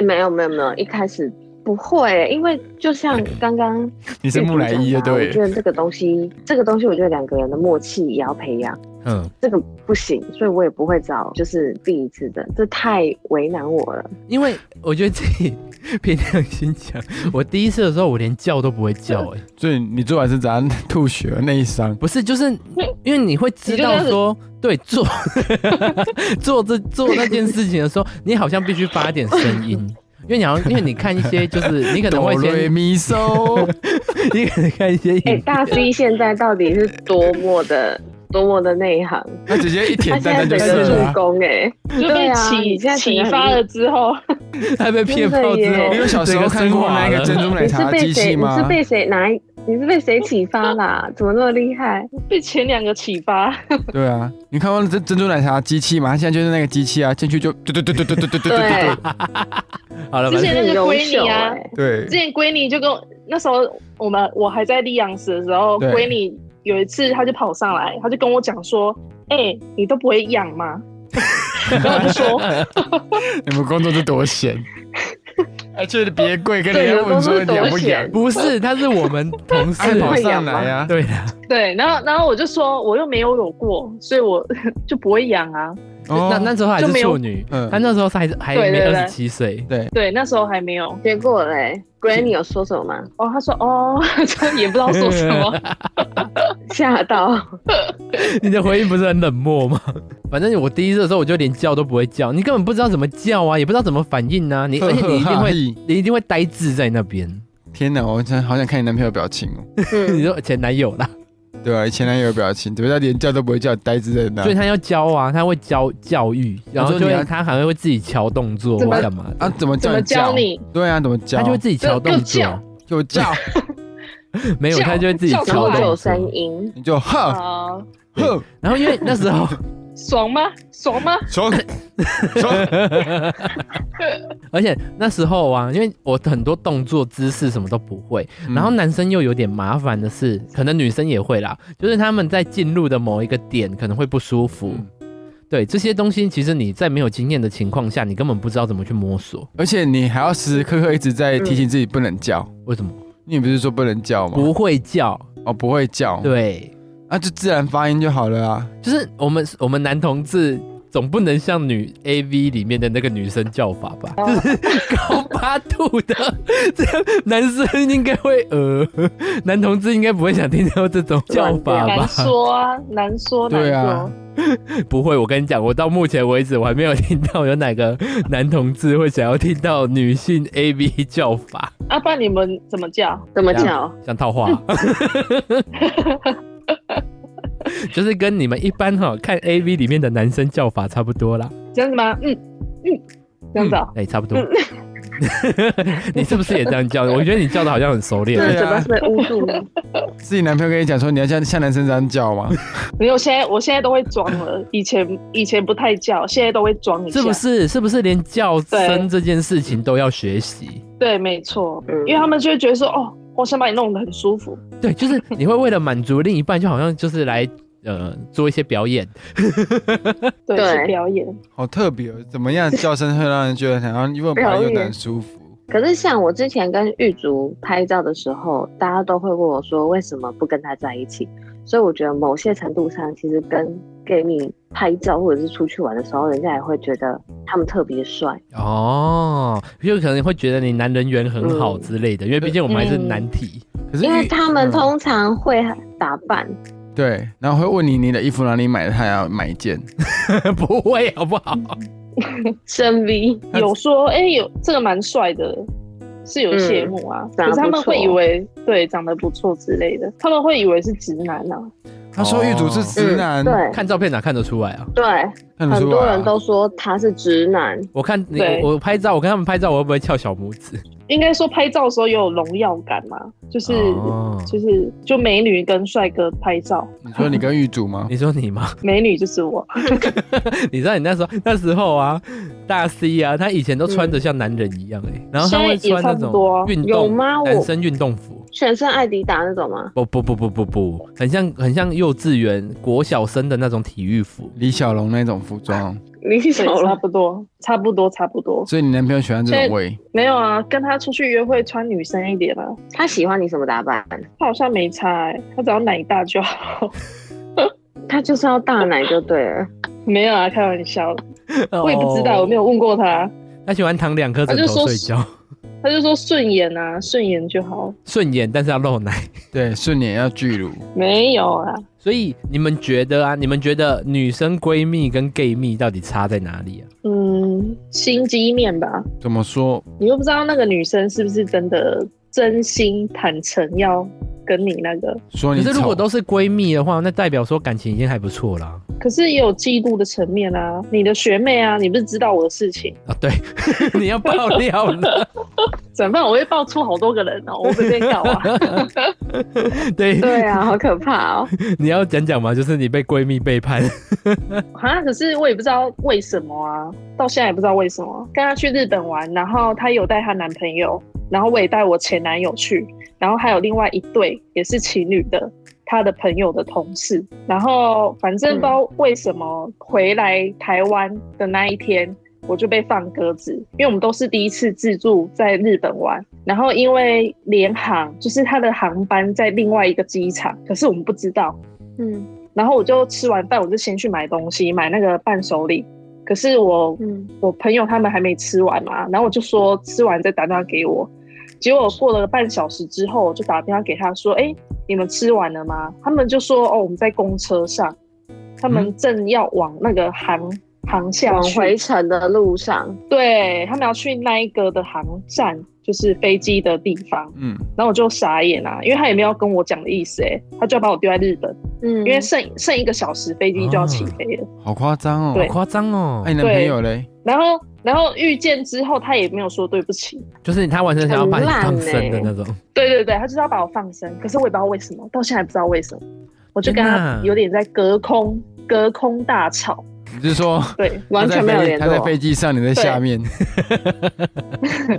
S4: 没有没有没有，一开始不会，因为就像刚刚
S1: 你是木乃伊
S4: 月
S1: 的
S4: 主讲的啊
S1: 对
S4: 我觉得这个东西，这个东西，我觉得两个人的默契也要培养，
S2: 嗯，
S4: 这个不行，所以我也不会找就是第一次的，这太为难我了。
S1: 嗯
S2: 因为我觉得自己 凭良心讲，我第一次的时候我连叫都不会叫、哎，
S1: 所以你做完是怎样吐血内伤？
S2: 不是，就是因为你会知道说，对，做 做这做那件事情的时候，你好像必须发点声音。因为你好像，因为你看一些，就是你可能
S1: 哆
S2: 会
S1: 瑞
S2: 先，
S1: 咪 嗦，
S2: 你可能看一些影
S4: 哎、
S2: 片，
S4: 大 C 现在到底是多么的多么的内行？
S1: 他直接一
S4: 他
S1: 舔
S4: 现
S1: 蛋
S4: 在
S1: 蛋就
S4: 整
S1: 射
S4: 个
S1: 了
S4: 助
S1: 啊。
S4: 攻哎、
S3: 就
S4: 对
S3: 被
S4: 啊
S3: 启
S4: 你现在整
S3: 启
S4: 个很
S3: 发了之后，
S2: 他被骗炮之
S4: 真的
S2: 后，
S4: 耶
S1: 因为小时候看过那个珍珠奶
S4: 你是
S1: 茶
S4: 被
S1: 机器
S4: 谁？你是
S1: 吗？
S4: 被谁哪一？你是被谁启 发啦？怎么那么厉害？
S3: 被前两个启发，
S1: 对啊，你看过珍珍珠奶茶机器吗？它现在就是那个机器啊，进去就对对对对对对对对对
S4: 对
S1: 对，
S2: 好了，
S3: 之
S2: 反正
S3: 前那
S4: 很
S3: 个
S4: 优
S3: 闺
S4: 秀
S3: 女啊
S4: 哎、，
S1: 对
S3: 之前闺女就跟我那时候我们我还在利昂斯的时候，
S1: 对
S3: 闺女有一次她就跑上来，她就跟我讲说：“哎、你都不会痒吗？” 然后我就说，
S1: 你们工作是多 闲，还去啊别柜跟人
S4: 对
S1: 家问说
S4: 你们
S1: 痒
S4: 工
S1: 不哎
S4: 作是
S1: 痒
S4: 多闲，
S2: 不是，他是我们同事
S1: 爱，跑
S4: 会
S1: 上
S4: 痒
S1: 来啊，
S2: 对的，
S3: 对，然后然后我就说我又没有有过，所以我 就不会痒啊。
S1: 哦
S2: 那那时候还是处女
S1: 就没有嗯，
S2: 她那时候还是还
S3: 对
S2: 没
S3: 对对
S2: 二十七岁，
S3: 对，那时候还没有。
S4: 结果嘞，Granny 有说什么吗？
S3: 哦，她说哦， 就也不知道说什么。
S4: 吓到，
S2: 你的回应不是很冷漠吗？ 反正我第一次的时候，我就连叫都不会叫，你根本不知道怎么叫啊，也不知道怎么反应啊，你
S1: 呵
S2: 而且你一定
S1: 呵哈
S2: 会，
S1: 嘿
S2: 你一定会呆滞在那边。
S1: 天哪，我真的好想看你男朋友表情哦。
S2: 你
S4: 嗯，
S2: 说前男友啦，
S1: 对啊，前男友表情，对不对？他连叫都不会叫，呆滞在那
S2: 所。以他要教啊，他会教教育，然后
S1: 我
S2: 就
S1: 嗯说你
S2: 会
S1: 要
S2: 他还会自己敲动作
S3: 怎
S2: 或
S3: 么
S2: 干嘛
S1: 啊，
S2: 的，
S1: 怎么
S3: 怎
S1: 叫
S3: 么
S1: 你
S3: 教
S1: 叫？
S3: 你？
S1: 对啊，怎么叫？
S2: 他就会自己敲动
S3: 就
S2: 作
S1: 就
S3: 就，
S1: 叫，
S2: 没有，
S3: 叫
S2: 他就会自己敲
S3: 叫
S4: 出
S3: 出来
S4: 有
S2: 动
S4: 声
S2: 作。
S4: 音，
S1: 你就哼
S3: 啊、
S1: 哼，
S2: 然后因为那时候，
S3: 爽吗？爽吗？
S1: 爽 爽，
S2: 而且那时候啊，因为我很多动作姿势什么都不会，然后
S1: 嗯
S2: 男生又有点麻烦的是，可能女生也会啦，就是他们在进入的某一个点可能会不舒服。
S1: 嗯
S2: 对这些东西，其实你在没有经验的情况下，你根本不知道怎么去摸索。
S1: 而且你还要时时刻刻一直在
S4: 嗯
S1: 提醒自己不能叫。
S2: 为什么
S1: 你不是说不能叫吗？
S2: 不会叫？
S1: 哦，不会叫，
S2: 对，
S1: 那就自然发音就好了啊。
S2: 就是我们我们男同志总不能像女 A V 里面的那个女生叫法吧？就是高八度的，这样男生应该会呃， 男同志应该不会想听到这种叫法吧
S3: 难？说啊，难说，难
S1: 对
S3: 说。
S1: 啊
S2: 不会，我跟你讲，我到目前为止我还没有听到有哪个男同志会想要听到女性 A V 叫法，
S3: 阿爸，啊你们怎么叫？
S4: 怎么
S2: 这
S4: 叫？
S2: 像套话，就是跟你们一般哈、看 A V 里面的男生叫法差不多啦。
S3: 这样子吗？嗯嗯，这样子哦。
S2: 哎、差不多。
S3: 嗯
S2: 你是不是也这样叫？我觉得你叫的好像很熟练。
S1: 对啊
S4: 这嘴巴是被捂住 了。
S1: 自己男朋友跟你讲说你要像像男生这样叫吗？
S2: 嗯
S3: 没有，现在我现在都会装了，以前以前不太叫，现在都会装一下。
S2: 是不？是？是不是连叫声这件事情都要学习？
S3: 对，没错，
S4: 嗯
S3: 因为他们就会觉得说，哦，我想把你弄得很舒服。
S2: 对，就是你会为了满足另一半，就好像就是来呃做一些表演。
S3: 对，
S4: 对
S3: 是表演。
S1: 好特别哦，怎么样叫声会让人觉得很像，因为我本来又很舒服。
S4: 可是像我之前跟玉竹拍照的时候，大家都会问我说为什么不跟他在一起，所以我觉得某些程度上，其实跟 gay 蜜拍照或者是出去玩的时候，人家也会觉得他们特别帅。
S2: 哦，就可能会觉得你男人缘很好
S4: 嗯
S2: 之类的，因为毕竟我们还是
S3: 嗯
S2: 男体。
S1: 可是
S4: 因为他们
S1: 嗯
S4: 通常会打扮，
S1: 对，然后会问你你的衣服哪里买的，他也要买一件。
S2: 不会好不好？
S4: 深 V
S1: 他
S3: 有说，哎、有这个蛮帅的，是有谢幕啊，可
S4: 嗯长得
S3: 是他
S4: 不错
S3: 们会以为对长得不错之类的，他们会以为是直男啊。
S1: 他说玉主是直男，
S4: 对
S2: 看照片哪看得出来啊？
S4: 嗯对，
S1: 看得
S4: 很
S1: 出来啊。
S4: 多人都说他是直男，
S2: 我看你
S3: 对
S2: 我我拍照，我跟他们拍照，我会不会翘小拇指？
S3: 应该说拍照的时候也有荣耀感嘛，就是、
S2: 哦
S3: 就是就美女跟帅哥拍照，
S1: 你说你跟玉主 吗？
S2: 你说你吗？
S3: 美女就是我，
S2: 你知道你那时候那时候啊，大 C 啊，他以前都穿的像男人一样哎、然后他会穿那
S3: 嗯现在也差不多
S2: 种
S3: 啊
S2: 运
S4: 有
S2: 动
S4: 吗？
S2: 男
S4: 我
S2: 生运动服。
S4: 全身艾迪达那种吗？
S2: 不不不不不不，很像很像幼稚园国小生的那种体育服。
S1: 李小龙那种服装，
S4: 你
S3: 对，
S4: 走
S3: 差
S4: 了，
S3: 不多，差不多，差不多。
S1: 所以你男朋友喜欢这种
S3: 现在
S1: 味。
S3: 没有啊，跟他出去约会穿女生一点啊，
S4: 他喜欢你什么打扮？
S3: 他好像没差、欸，他只要奶大就好。
S4: 他就是要大奶就 对了。
S3: 没有啊，开玩笑， 我
S2: 我
S3: 也不知道，我没
S2: 有。
S3: 有问过他。
S2: 哦他喜欢躺两颗枕
S3: 他就
S2: 头
S3: 说
S2: 睡觉，
S3: 他就说顺眼啊，顺眼就好。
S2: 顺眼，但是要露奶。
S1: 对，顺眼要巨乳。
S3: 没有啊，
S2: 所以你们觉得啊？你们觉得女生闺蜜跟 gay 蜜到底差在哪里啊？
S3: 嗯，心机面吧。
S1: 怎么说？
S3: 你又不知道那个女生是不是真的真心坦诚要跟你那个，
S1: 说
S2: 可
S1: 哦你
S2: 是如
S1: 丑
S2: 果，都是闺蜜的话，那代表说感情已经还不错啊啦。
S3: 可是也有嫉妒的层面啊。你的学妹啊，你不是知道我的事情？
S2: 啊，对， 你要爆料了。
S3: 怎么办？我会爆出好多个人哦，我被被告 啊。
S2: 对，
S4: 对啊，好可怕哦！
S2: 你要讲讲吗？就是你被闺蜜背叛，
S3: 啊，可是我也不知道为什么啊，到现在也不知道为什么。跟她去日本玩，然后她有带她男朋友，然后我也带我前男友去，然后还有另外一对也是情侣的，她的朋友的同事。然后反正不知道为什么回来台湾的那一天。我就被放鸽子，因为我们都是第一次自助在日本玩，然后因为联航就是它的航班在另外一个机场，可是我们不知道，
S4: 嗯
S3: 然后我就吃完饭，我就先去买东西，买那个伴手礼。可是我
S4: 嗯，
S3: 我朋友他们还没吃完嘛，然后我就说吃完再打电话给我。结果过了半小时之后，我就打电话给他说：“哎、你们吃完了吗？”他们就说：“哦，我们在公车上，他们正要往那个航航下
S4: 嗯往
S3: 去
S4: 回程的路上，
S3: 对他们要去那一个的航站，就是飞机的地方。
S1: 嗯，”
S3: 然后我就傻眼啊，因为他也没有跟我讲的意思、诶，他就要把我丢在日本，
S4: 嗯，
S3: 因为剩剩一个小时飞机就要起
S1: 哦
S3: 飞了。
S1: 好夸张哦。
S3: 对
S2: 夸张哦
S1: 哎，。你男朋友嘞？
S3: 然后，然后遇见之后，他也没有说对不起。
S2: 就是他完全想要把你放生的那种。
S3: 对对对，他就是要把我放生，可是我也不知道为什么，到现在还不知道为什么。我就跟
S2: 天
S3: 他
S2: 哪
S3: 有点在隔空隔空大吵，
S1: 你是说
S3: 对，
S4: 完全没有联
S1: 他在
S4: 络。
S1: 飞机上，你在下面，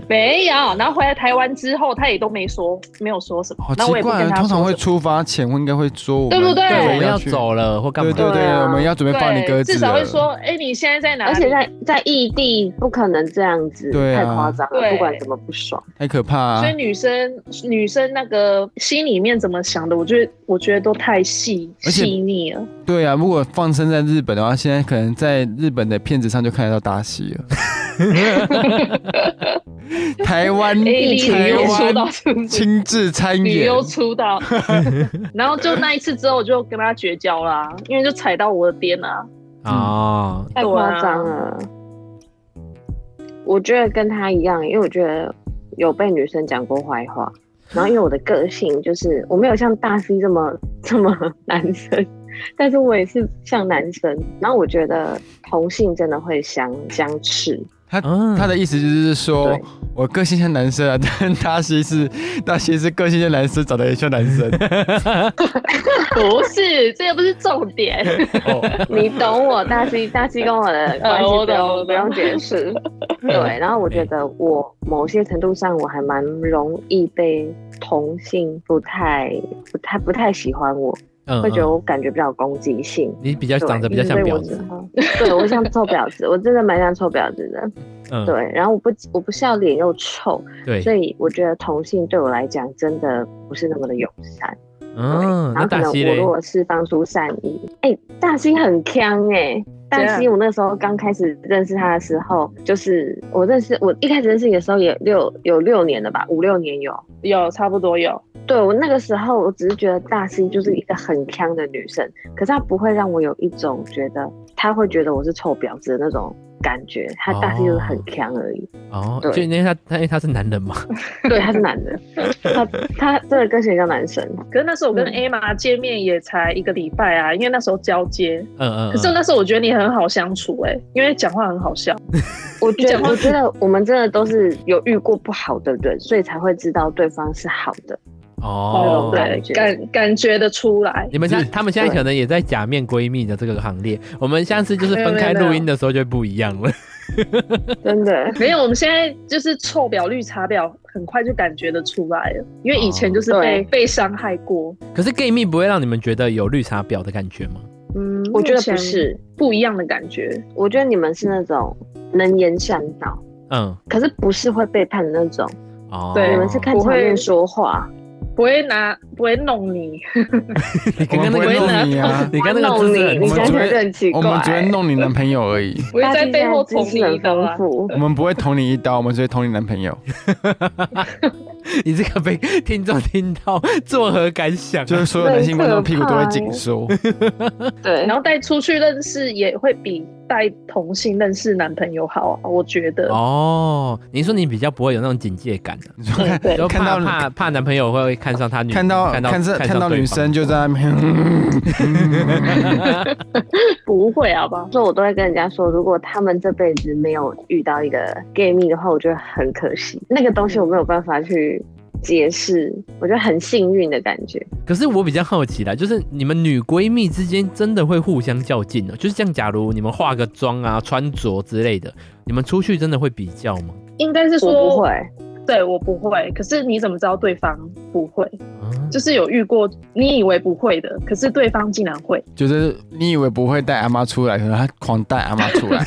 S3: 没有。然后回来台湾之后，他也都没说，没有说什么
S1: 好。
S3: 那我
S1: 奇
S3: 也不
S1: 怪
S3: 跟
S1: 哦。
S3: 他
S1: 通常
S3: 说
S1: 会
S3: 什么。
S1: 出发前应该会说我们
S3: 对不
S4: 欸
S3: 对
S2: 对，我
S1: 对，
S2: 们要
S1: 去
S2: 走了或干
S1: 对
S2: 嘛？
S1: 对对，
S4: 对啊
S1: 我们要准备放你鸽
S3: 对，
S1: 子了，
S3: 至少会说，哎、你现在在哪里？
S4: 而且在在异地不可能这样子，
S1: 对啊
S4: 太夸张了，
S3: 对
S4: 不管怎么不爽。
S1: 太可怕啊
S3: 所以。女生女生那个心里面怎么想的，我觉得我觉得都太细
S1: 而且
S3: 细腻了。
S1: 对啊，如果放生在日本的话，现在可能在日本的片子上就看得到达西 了。台湾，
S3: 哎、你
S1: 台
S3: 又说到
S1: 湾
S3: 这个
S1: 亲自参
S3: 女
S1: 演，
S3: 优哎出道， 然后就那一次之后，我就跟他绝交啦、因为就踩到我的边啦、
S2: 啊，
S4: 太夸张了。我觉得跟他一样，因为我觉得有被女生讲过坏 话，然后因为我的个性就是我没有像大 C 这么这么男生，但是我也是像男生，然后我觉得同性真的会相相斥，
S1: 他
S2: 嗯
S1: 他的意思就是说
S4: 对，
S1: 我个性像男生啊，但他其实他其实个性像男生，长得也像男生。
S3: 不是，这又不是重 点。
S2: 哦
S4: 你 懂我大西，大西跟我的关系
S3: 呃我
S4: 不
S3: 懂
S4: 用、
S3: 我懂
S4: 不用解释。对，然后我觉得我某些程度上我还蛮容易被同性不太、不太、不太喜欢我，
S2: 嗯，
S4: 会觉得
S2: 嗯
S4: 我感觉比较有攻击性。
S2: 你比较
S4: 对
S2: 长得比较像
S4: 所以
S2: 婊
S4: 我
S2: 子
S4: 之，后。对，我像臭婊子，我真的蛮像臭婊子的。
S2: 嗯，
S4: 对，然后我不我不笑脸又臭，
S2: 对
S4: 所以我觉得同性对我来讲真的不是那么的友善。对
S2: 嗯，
S4: 然
S2: 那
S4: 后可
S2: 大
S4: 能
S2: 西
S4: 我
S2: 嘞
S4: 如，果是放出善意，哎、大西很强哎、大
S3: 怎
S4: 西，我那时候刚开始认识他的时候，就是我认识我一开始认识你的时候也六有六年了吧，五六年有。
S3: 有差不多有，
S4: 对我那个时候，我只是觉得大西就是一个很强的女生，可是她不会让我有一种觉得她会觉得我是臭婊子的那种感觉，她大西就是很强而已。
S2: 哦，
S4: 对
S2: 就因为他他因为他是男人嘛，
S4: 对，他是男的， 他他真的跟谁像男生？
S3: 可是那时候我跟
S4: 嗯
S3: A 玛见面也才一个礼拜啊，因为那时候交接。
S2: 嗯嗯，
S3: 可是那时候我觉得你很好相处哎、因为讲话很好笑。
S4: 我觉
S3: 讲
S4: 得
S3: 话
S4: 我觉得我们真的都是有遇过不好的人，所以才会知道对方是好 的。
S2: 嗯哦，
S3: 对，感感觉得出来。
S2: 你们现在
S1: 是
S2: 他们现在可能也在假面闺蜜的这个行列，我们下次就是分开录音的时候就不一样了。
S4: 真的，
S3: 没有，我们现在就是臭表、绿茶婊，很快就感觉得出来了，因为以前就是
S4: 哦
S3: 被、
S4: 对
S3: 被伤害过。
S2: 可是 gay 蜜不会让你们觉得有绿茶婊的感觉吗？
S3: 嗯，
S4: 我觉得
S3: 目前
S4: 不是，
S3: 不一样的感觉。
S4: 我觉得你们是那种能言善道，
S2: 嗯，
S4: 可是不是会背叛的那种。
S2: 哦，
S3: 对
S4: 你们是看
S3: 我
S4: 场
S3: 会
S4: 面说话，
S3: 不会拿，不会弄你，
S2: 你刚刚那
S1: 我
S2: 个
S1: 们不
S2: 姿
S3: 会
S2: 势
S1: 弄你啊，
S2: 你刚刚那个
S4: 弄
S2: 姿势
S4: 你，
S2: 很
S4: 你
S1: 我们
S4: 想
S1: 只
S4: 想
S1: 会
S4: 就很奇怪。
S1: 我们只会弄你男朋友而已，
S3: 不会在背后捅
S4: 大
S3: 你
S4: 家
S3: 一
S4: 知识
S3: 刀
S4: 很
S3: 啊
S4: 丰！富
S1: 我们不会捅你一刀，我们只会捅你男朋友。
S2: 你这个被 听众听到 作何感想、
S1: 就是
S2: 啊？
S1: 所有男性观众屁股都会紧缩。
S4: 对，
S3: 然后带出去认识也会比带同性认识男朋友好啊，我觉得。
S2: 哦，你说你比较不会有那种警戒感、啊，
S1: 你说 看
S3: 嗯对
S2: 就
S1: 看
S2: 怕
S1: 到
S2: 怕怕男朋友会看上他女，
S1: 看到
S2: 看到
S1: 看这看到
S2: 对
S1: 女
S2: 方
S1: 生就在那嗯 边，
S3: 不会好吧？
S4: 所以我都会跟人家说，如果他们这辈子没有遇到一个 gay 蜜的话，我觉得很可惜。那个东西我没有办法去解释，我觉得很幸运的感觉。
S2: 可是我比较好奇啦，就是你们女闺蜜之间真的会互相较劲呢、哦就是像假如你们化个妆啊、穿着之类的，你们出去真的会比较吗？
S3: 应该是
S4: 我
S3: 说
S4: 不会，，
S3: 对我不会。可是你怎么知道对方不会？
S2: 嗯
S3: 就是有遇过你以为不会的，可是对方竟然 会。
S1: 就是你以为不会带阿妈出来，可能他狂带阿妈 出来，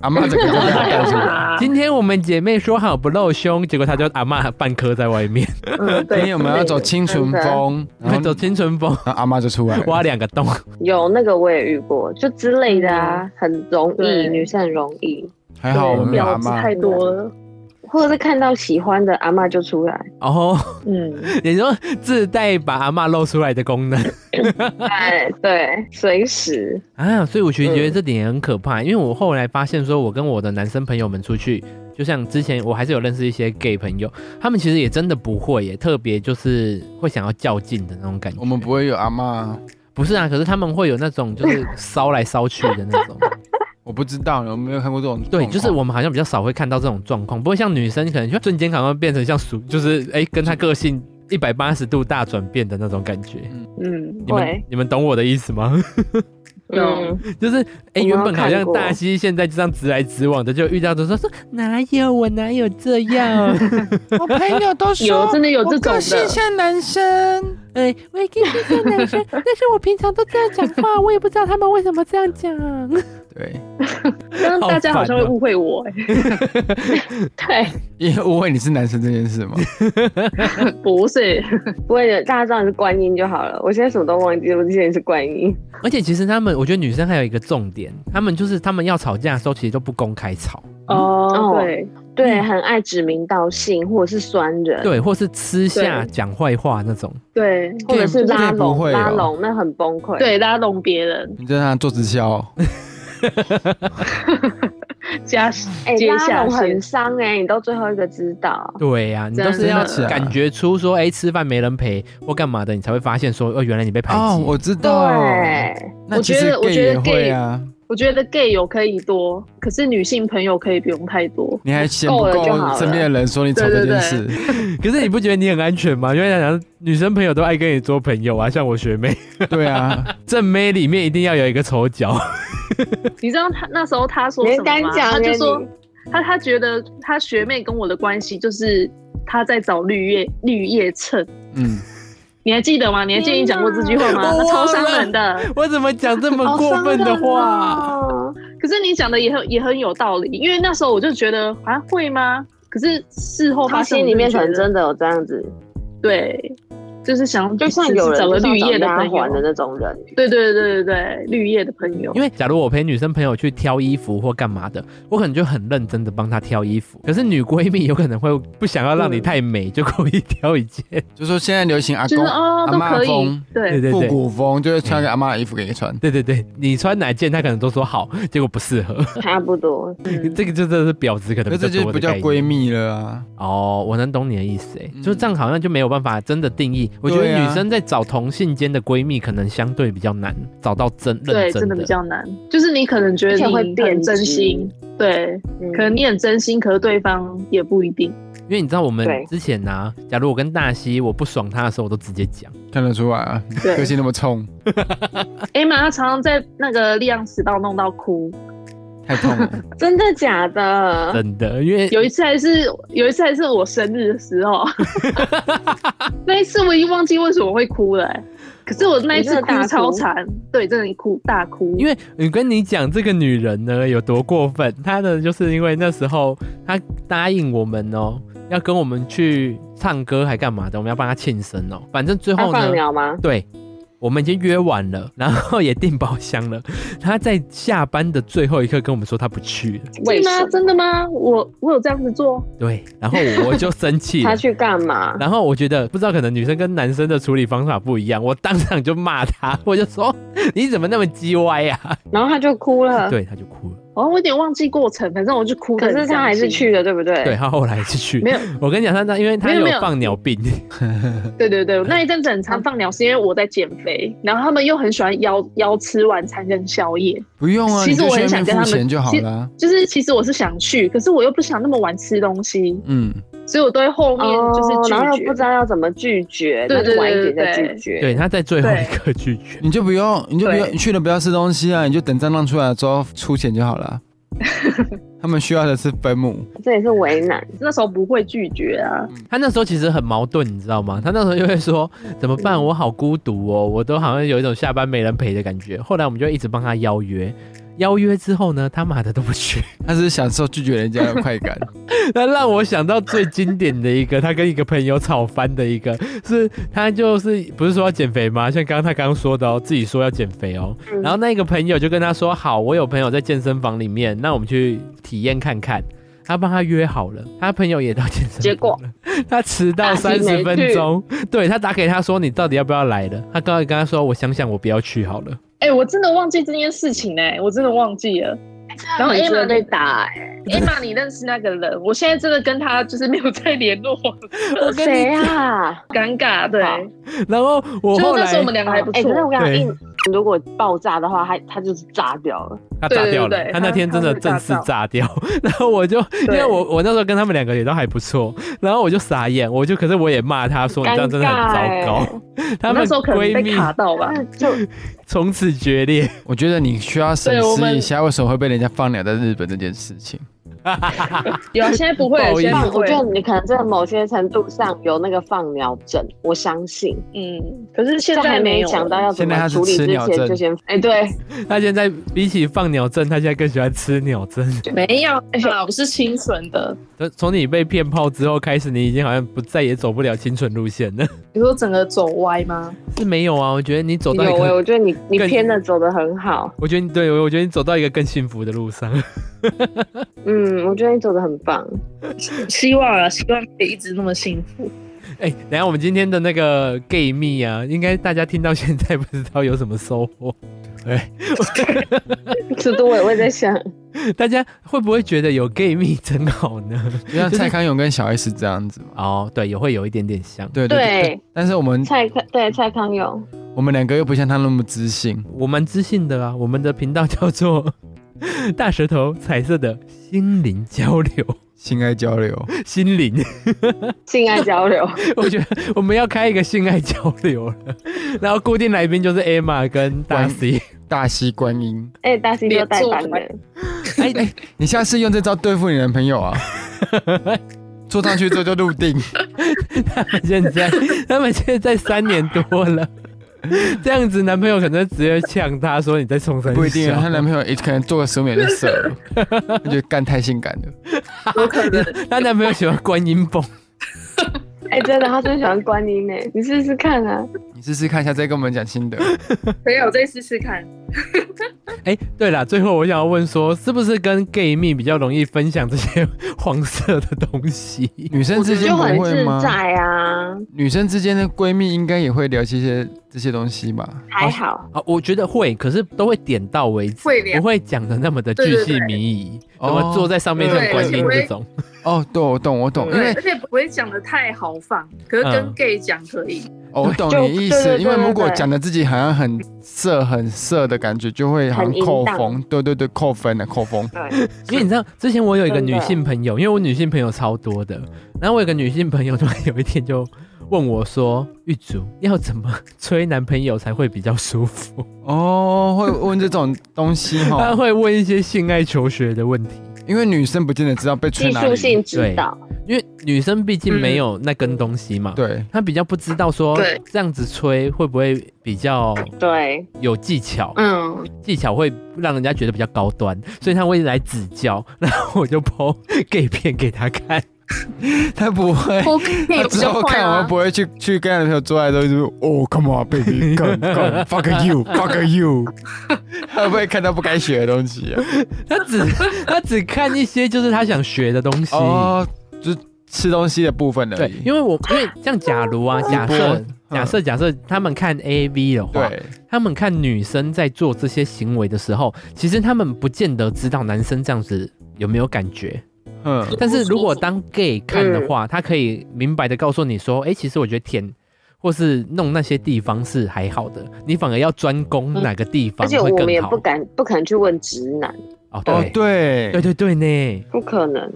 S1: 阿妈整个就被他带 出来。
S2: 啊
S3: 啊
S2: 今天我们姐妹说好不露胸，结果她就阿嬷半颗在外面，
S4: 嗯，
S1: 今
S4: 对，
S1: 天我们要走清纯风，然后
S2: 走青春风，
S1: 然后阿妈就出来了。
S2: 挖两个洞。
S4: 有那个我也遇过，就之类的啊，很容易，
S3: 对
S4: 女生很容易，
S1: 还好我们没有阿
S3: 婊子
S1: 妈，
S3: 太多了。
S4: 或者是看到喜欢的阿嬷就出 来，
S2: 哦，
S3: 嗯，
S2: 你说自带把阿嬷露出来的功能
S4: 哎，对，随时，
S2: 啊，所以我觉得觉得这点也很可怕，因为我后来发现说，我跟我的男生朋友们出去，就像之前我还是有认识一些 gay 朋友，他们其实也真的不会耶，特别就是会想要较劲的那种感觉。
S1: 我们不会有阿妈，
S2: 不是啊，可是他们会有那种就是 骚来骚去的那 种。
S1: 我不知道，我没有看过这种状
S2: 对，
S1: 况。
S2: 就是我们好像比较少会看到这种状况，不会像女生可能就瞬间好像变成像熟，就是哎、跟她个性一百八十度大转变的那种感觉。
S4: 嗯，
S2: 你们
S4: 会，
S2: 你们懂我的意思吗？
S4: 嗯，
S2: 就是哎、
S4: 我没有
S2: 原本好像
S4: 看过
S2: 大西现在就这样直来直往的，就遇到的说说哪有我哪有这样，
S1: 我朋友都说
S3: 有真的有这种
S1: 我个性
S3: 的，
S1: 像男生，
S2: 哎、我也可以接受男生，但是我平常都这样讲话，我也不知道他们为什么这样讲。
S1: 对，
S3: 但大家好像会误会我、欸，
S4: 对，
S1: 因为误会你是男生这件 事嘛。
S3: 不是？
S4: 不会的，大家知道你是观音就好了。我现在什么都忘记，我之前是观音，
S2: 而且其实他们，我觉得女生还有一个重点，他们就是他们要吵架的时候，其实都不公开吵，
S3: 哦，对，
S4: 对，很爱指名道姓或者是酸人，，
S2: 对，或是私下
S3: 对
S2: 讲坏话那种。
S3: 对
S4: 或者是拉
S1: gay 不
S4: 拢、
S1: 会哦
S4: 拉拢，那很崩溃，
S3: 对，拉拢别人，
S1: 你在那做直销哦，
S3: 加
S4: 哎、
S3: 接
S4: 拉
S3: 下
S4: 拢
S3: 线
S4: 很。伤哎、你到最后一个知道。
S2: 对呀、你
S3: 真
S2: 都是要
S1: 的
S2: 感觉出说，哎、吃饭没人陪或干嘛的，你才会发现说，哦，原来你被排挤。
S1: 哦，我知
S4: 对，
S1: 道。那
S3: 我
S1: 其
S3: 觉
S1: 实
S3: 得我
S1: gay
S3: 觉得
S1: 也会啊，
S3: 我觉得 gay 友可以多，可是女性朋友可以不用太多。
S1: 你还嫌不
S4: 够了就
S1: 够
S4: 好
S1: 身边的人说你丑
S3: 对
S1: 这
S3: 对
S1: 件事。
S2: 可是你不觉得你很安全吗？因为想想女生朋友都爱跟你做朋友啊，像我学妹，
S1: 对啊，
S2: 正妹里面一定要有一个丑角。
S3: 你知道他那时候他说什
S4: 没
S3: 么
S4: 敢
S3: 吗？
S4: 讲
S3: 他
S4: 耶
S3: 就
S4: 你
S3: 说他他觉得他学妹跟我的关系就是他在找绿叶绿叶衬。
S1: 嗯，
S3: 你还记得吗？你还记得你讲过这句话
S2: 天
S3: 吗？
S2: 哪
S3: 那超伤
S2: 我忘了
S3: 人的。
S2: 我怎么讲这么
S4: 好
S2: 过
S4: 伤啊
S2: 分的
S4: 人
S2: 话？
S4: 哦
S3: 可是你讲的也很也很有道理，因为那时候我就觉得啊会吗？可是事后
S4: 他
S3: 发现
S4: 心里面可能
S3: 真
S4: 真的有这样子，
S3: 对，就是想
S4: 就像
S3: 只是
S4: 有人
S3: 找
S4: 就
S3: 了
S4: 像
S3: 绿叶的
S4: 找丫
S3: 朋
S4: 鬟的
S3: 友，
S4: 那种人，
S3: 对对对对对，绿叶的朋友，
S2: 因为假如我陪女生朋友去挑衣服或干嘛的，我可能就很认真的帮她挑衣服。可是女闺蜜有可能会不想要让你太美，就故意挑一件。
S1: 就说现在流行阿
S3: 就是
S1: 公、
S3: 哦
S1: 阿
S3: 都
S1: 嬷
S3: 可以
S1: 风、，
S2: 对
S3: 对，
S2: 对
S1: 复
S2: 对。
S1: 古风，就会穿个阿妈的衣服给你穿。
S2: 对对对，你穿哪件，她可能都说好，结果不适合。
S4: 差不多。
S3: 嗯
S2: 这个就真的是婊子可能
S1: 那
S2: 比
S1: 这
S2: 较
S1: 就
S2: 多
S1: 不
S2: 的
S1: 叫
S2: 概
S1: 闺
S2: 念。
S1: 蜜了啊！
S2: 哦，我能懂你的意思，哎、
S1: 嗯
S2: 就这样好像就没有办法真的定义。我觉
S1: 对
S2: 得
S1: 啊
S2: 女生在找同性间的闺蜜，可能相对比较难找到真认
S3: 对，
S2: 真
S3: 真
S2: 的
S3: 的比较难，就是你可能觉得
S4: 而且会
S3: 你
S4: 变
S3: 很
S4: 质
S3: 真心，对，
S4: 嗯
S3: 可能你很真心，可是对方也不一定，
S2: 因为你知道我们
S4: 对
S2: 之前呢、啊假如我跟大西我不爽他的时候，我都直接讲。
S1: 看得出来啊，
S3: 对
S1: 个性那么冲，
S3: Emma 她哎常常在那个力量迟到弄到哭，
S1: 太痛 了。
S4: 真的假的？
S2: 真的，因为
S3: 有一次还是有一次还是我生日的时候，那一次我已经忘记为什么会哭了、欸可是我那一次哭超惨，对，真的哭大哭，
S2: 因为我跟你讲，这个女人呢有多过分，她呢就是因为那时候她答应我们哦，要跟我们去唱歌还干嘛的，我们要帮她庆生哦。反正最
S4: 他
S2: 后呢
S4: 放，鸟吗？
S2: 对，我们已经约完了，然后也订包厢了。 她在下班的最后一刻跟我们说她不去了，
S4: 为
S3: 真的
S4: 什
S3: 吗？
S4: 么？
S3: 真的吗？我我有这样子做，
S2: 对，然后我就生气了
S4: 他。去干嘛？
S2: 然后我觉得不知道，可能女生跟男生的处理方法不一样，我当场就骂她， 我就说你怎么那么鸡歪呀、
S4: 然后他就哭
S3: 啊
S4: 了。
S2: 对，她就哭了。
S3: 哦，我有点忘记过程，反正我就哭得
S4: 可
S3: 很伤
S4: 是
S3: 心。
S4: 他还是去了，对不对？
S2: 对，她后来是去，
S3: 没有，
S2: 我跟你讲，她那因为她
S3: 没有
S2: 有
S3: 没有
S2: 放鸟病，
S3: 对对 对，那一阵子很常放鸟，是因为我在减肥，然后他们又很喜欢邀邀吃晚餐跟宵夜，
S1: 不用啊，
S3: 其
S1: 你
S3: 实
S1: 就
S3: 我
S1: 去
S3: 很
S1: 那
S3: 想
S1: 边
S3: 跟
S1: 付
S3: 他们
S1: 钱就好
S3: 其实
S1: 了啊。
S3: 就是其实我是想去，可是我又不想那么晚吃东西，
S1: 嗯，
S3: 所以我都会后面
S4: 哦，
S3: 就是拒绝。
S4: 然后又不知道要怎么拒绝，
S3: 对
S4: 那就
S3: 对
S4: 晚一
S3: 对
S4: 点再
S3: 对
S4: 拒绝。
S2: 对，她在最后
S3: 对
S2: 一刻拒绝。
S1: 你就不用，你就不用，
S3: 对
S1: 你去了不要吃东西啊，你就等蟑螂出来之后出钱就好 了啊。他们需要的是分母，
S4: 这也是为难。
S3: 那时候不会拒绝啊，
S2: 她那时候其实很矛盾，你知道吗？她那时候就会说怎么办，我好孤独哦，我都好像有一种下班没人陪的感觉。后来我们就一直帮她邀约。邀约之后呢，他妈的都不去，
S1: 他只是享受拒绝人家的快感。
S2: 那让我想到最经典的一个，他跟一个朋友吵翻的一个，是他就是不是说要减肥吗？像刚刚他刚刚说的哦，自己说要减肥哦，
S4: 嗯
S2: 然后那个朋友就跟他说，好，我有朋友在健身房里面，那我们去体验看看。他帮他约好了，他朋友也到健身房了，
S4: 结果
S2: 他迟到
S4: 大
S2: 三
S4: 体没
S2: 十
S4: 去
S2: 分钟。对他打给他说，你到底要不要来了？他刚才跟他说，我想想，我不要去好了。
S3: 哎、我真的忘记这件事情哎、我真的忘记 了。然后
S4: 很值
S3: Emma
S4: 得被
S3: 你
S4: 打哎，
S3: Emma，你认识那个人？我现在真的跟他就是没有再联络，
S2: 我跟
S4: 谁
S2: 你，
S4: 啊？
S3: 尴尬。对，
S4: 好
S2: 然后我
S3: 就
S2: 后
S3: 是那时
S2: 来
S3: 候我们哦两个还不
S4: 哎，
S3: 错
S4: 可是，我跟你
S2: 对
S4: 讲，硬如果爆炸的话，他他就是炸掉了。
S2: 他炸掉
S3: 对
S2: 了
S3: 对，对
S2: 他那天真的正式炸掉。 然后我就，因为我我那时候跟他们两个也都还不错，然后我就傻眼，我就可是我也骂他说你这样真的很糟
S4: 尴
S2: 糕， 他
S3: 欸我
S2: 们
S3: 那时候可能
S2: 闺
S3: 被卡
S2: 蜜
S3: 到吧。
S4: 就
S2: 从此决裂。
S1: 我觉得你需要审
S3: 对我
S1: 视
S3: 们
S1: 一下为什么会被人家放鸟在日本这件事情。
S3: 有啊，现在不会
S2: 不好
S3: 了，
S2: 意思
S3: 现在不
S4: 我
S3: 会
S4: 觉得
S3: 了。
S4: 你可能在某些程度上有那个放鸟症，我相信。
S3: 嗯，可是现
S4: 在还
S3: 在没
S4: 没
S3: 有
S4: 想到要怎
S1: 现在他
S4: 么
S1: 是
S4: 处理
S1: 吃
S4: 之
S1: 鸟
S4: 前，
S1: 症
S4: 就先哎，对，
S2: 他现在比起放鸟症，他现在更喜欢吃鸟症。
S3: 没有啦，不是清纯的。
S2: 从 从你被骗炮之后开始，你已经好像不再也走不了清纯路线了。
S3: 你说整个走歪吗？
S2: 是没有啊？我觉得你走
S4: 有
S2: 到一
S4: 哎，
S2: 个，
S4: 我觉得你你
S2: 更
S4: 偏的走的很好，
S2: 我觉得你对我觉得你走到一个更幸福的路上。
S4: 嗯，我觉得你走的很棒。
S3: 希望啊，希望可以一直那么幸福。
S2: 哎、等一下我们今天的那个 gay 蜜啊，应该大家听到现在不知道有什么收获。
S1: 对，
S4: 是都我也会在想，
S2: 大家会不会觉得有 gay 蜜真好呢？
S1: 就像蔡康永跟小 S 这样子嘛。
S2: 哦，对，也会有一点点像。
S1: 对
S4: 对
S1: 对。但是我们
S4: 蔡康对蔡康永，
S1: 我们两个又不像他那么知性，
S2: 我蛮自信的啊，我们的频道叫做 大舌头彩色的心灵交流，
S1: 性爱交流。
S2: 心灵。
S4: 性爱交 流，
S2: 我觉得我们要开一个性爱交流了，然后固定来宾就是 Emma 跟大 C。
S1: 大西观音，
S4: 哎、大西又带班的，
S2: 哎哎，
S1: 你下次用这招对付你男朋友啊！坐上去之后就入定，
S2: 他们现在他们现在三年多 了。这样子，男朋友可能直接呛他说：“你在冲三小。”
S1: 不一定啊。她男朋友一可能做个十秒就射了，她觉得干太性感了。
S5: 有可能。
S2: 她男朋友喜欢观音蹦，
S4: 哎、真的，他真的喜欢观音呢，你试试看啊。
S1: 你试试看一下，再跟我们讲心得。
S5: 可以，我再试试看。
S2: 哎、对了，最后我想要问说，是不是跟 gay 蜜比较容易分享这些黄色的东西？
S1: 女生之间
S4: 就很
S1: 不会
S4: 自
S1: 吗？
S4: 在啊，
S1: 女生之间的闺蜜应该也会聊这些这些东西吧？
S4: 还好，
S2: 啊，我觉得会，可是都会点到为止，
S5: 会聊
S2: 不会讲的那么的
S5: 对
S2: 巨
S5: 对
S2: 细
S5: 对
S2: 靡遗，
S1: 哦
S2: 什么坐在上面像
S1: 对
S2: 观
S1: 对
S2: 音
S5: 对
S2: 这种。
S1: 哦，对，我懂，我懂，因
S5: 对，
S1: 为
S5: 而且不会讲的太豪放，可是跟
S2: 嗯
S5: gay 讲可以。
S1: 哦我懂
S4: 就
S1: 你意
S4: 对
S1: 思，
S4: 对
S1: 因为
S4: 对
S1: 如果
S4: 对
S1: 讲的自己好像很色很色的感觉，就会好像
S4: 很淫
S1: 扣
S4: 荡
S1: 分，对对对，扣分的扣分。
S4: 对，
S2: 因为你知道，之前我有一个
S4: 真的
S2: 女性朋友，因为我女性朋友超多的，然后我有一个女性朋友突然有一天就问我说：“玉竹，要怎么吹男朋友才会比较舒服
S1: 哦，会问这种东西？” 哈
S2: 她，会问一些性爱求学的问题，
S1: 因为女生不见得知道被吹
S4: 技
S1: 哪
S4: 术
S1: 里。
S4: 性指导，
S2: 因为女生毕竟没有那根东西嘛，，
S1: 对，
S2: 她比较不知道说
S5: 对
S2: 这样子吹会不会比较
S4: 对，
S2: 有技巧，
S5: 嗯，
S2: 技巧会让人家觉得比较高端，所以她会来指教，然后我就抛 gay 片给她看。
S1: 她不会。
S5: 我可以
S1: 她
S5: 比
S1: 之
S5: 较
S1: 后
S5: 快
S1: 看完
S5: 啊。
S1: 不会去去跟她男朋友做爱的时候，就是哦，come on baby，come come fuck you fuck you，她 会不会看到不该学的东 西啊？
S2: 他只 他只看一些就是他想学的东西。
S1: 哦，就是吃东西的部分而
S2: 对
S1: 已，。
S2: 因为我因为像假如啊，假设
S1: 嗯
S2: 假设假设他们看 A V 的话，
S1: 对，
S2: 他们看女生在做这些行为的时候，其实他们不见得知道男生这样子有没有感觉。
S1: 嗯，
S2: 但是如果当 gay 看的话，他可以明白的告诉你说，哎、其实我觉得舔或是弄那些地方是还好的，你反而要专攻
S1: 嗯
S2: 哪个地
S4: 而
S2: 方
S4: 且
S2: 会
S4: 我们也
S2: 更好
S4: 不。敢不可能去问直男，
S2: 哦，对
S1: 哦，
S2: 对
S1: 对，
S2: 对对呢，
S4: 不可能，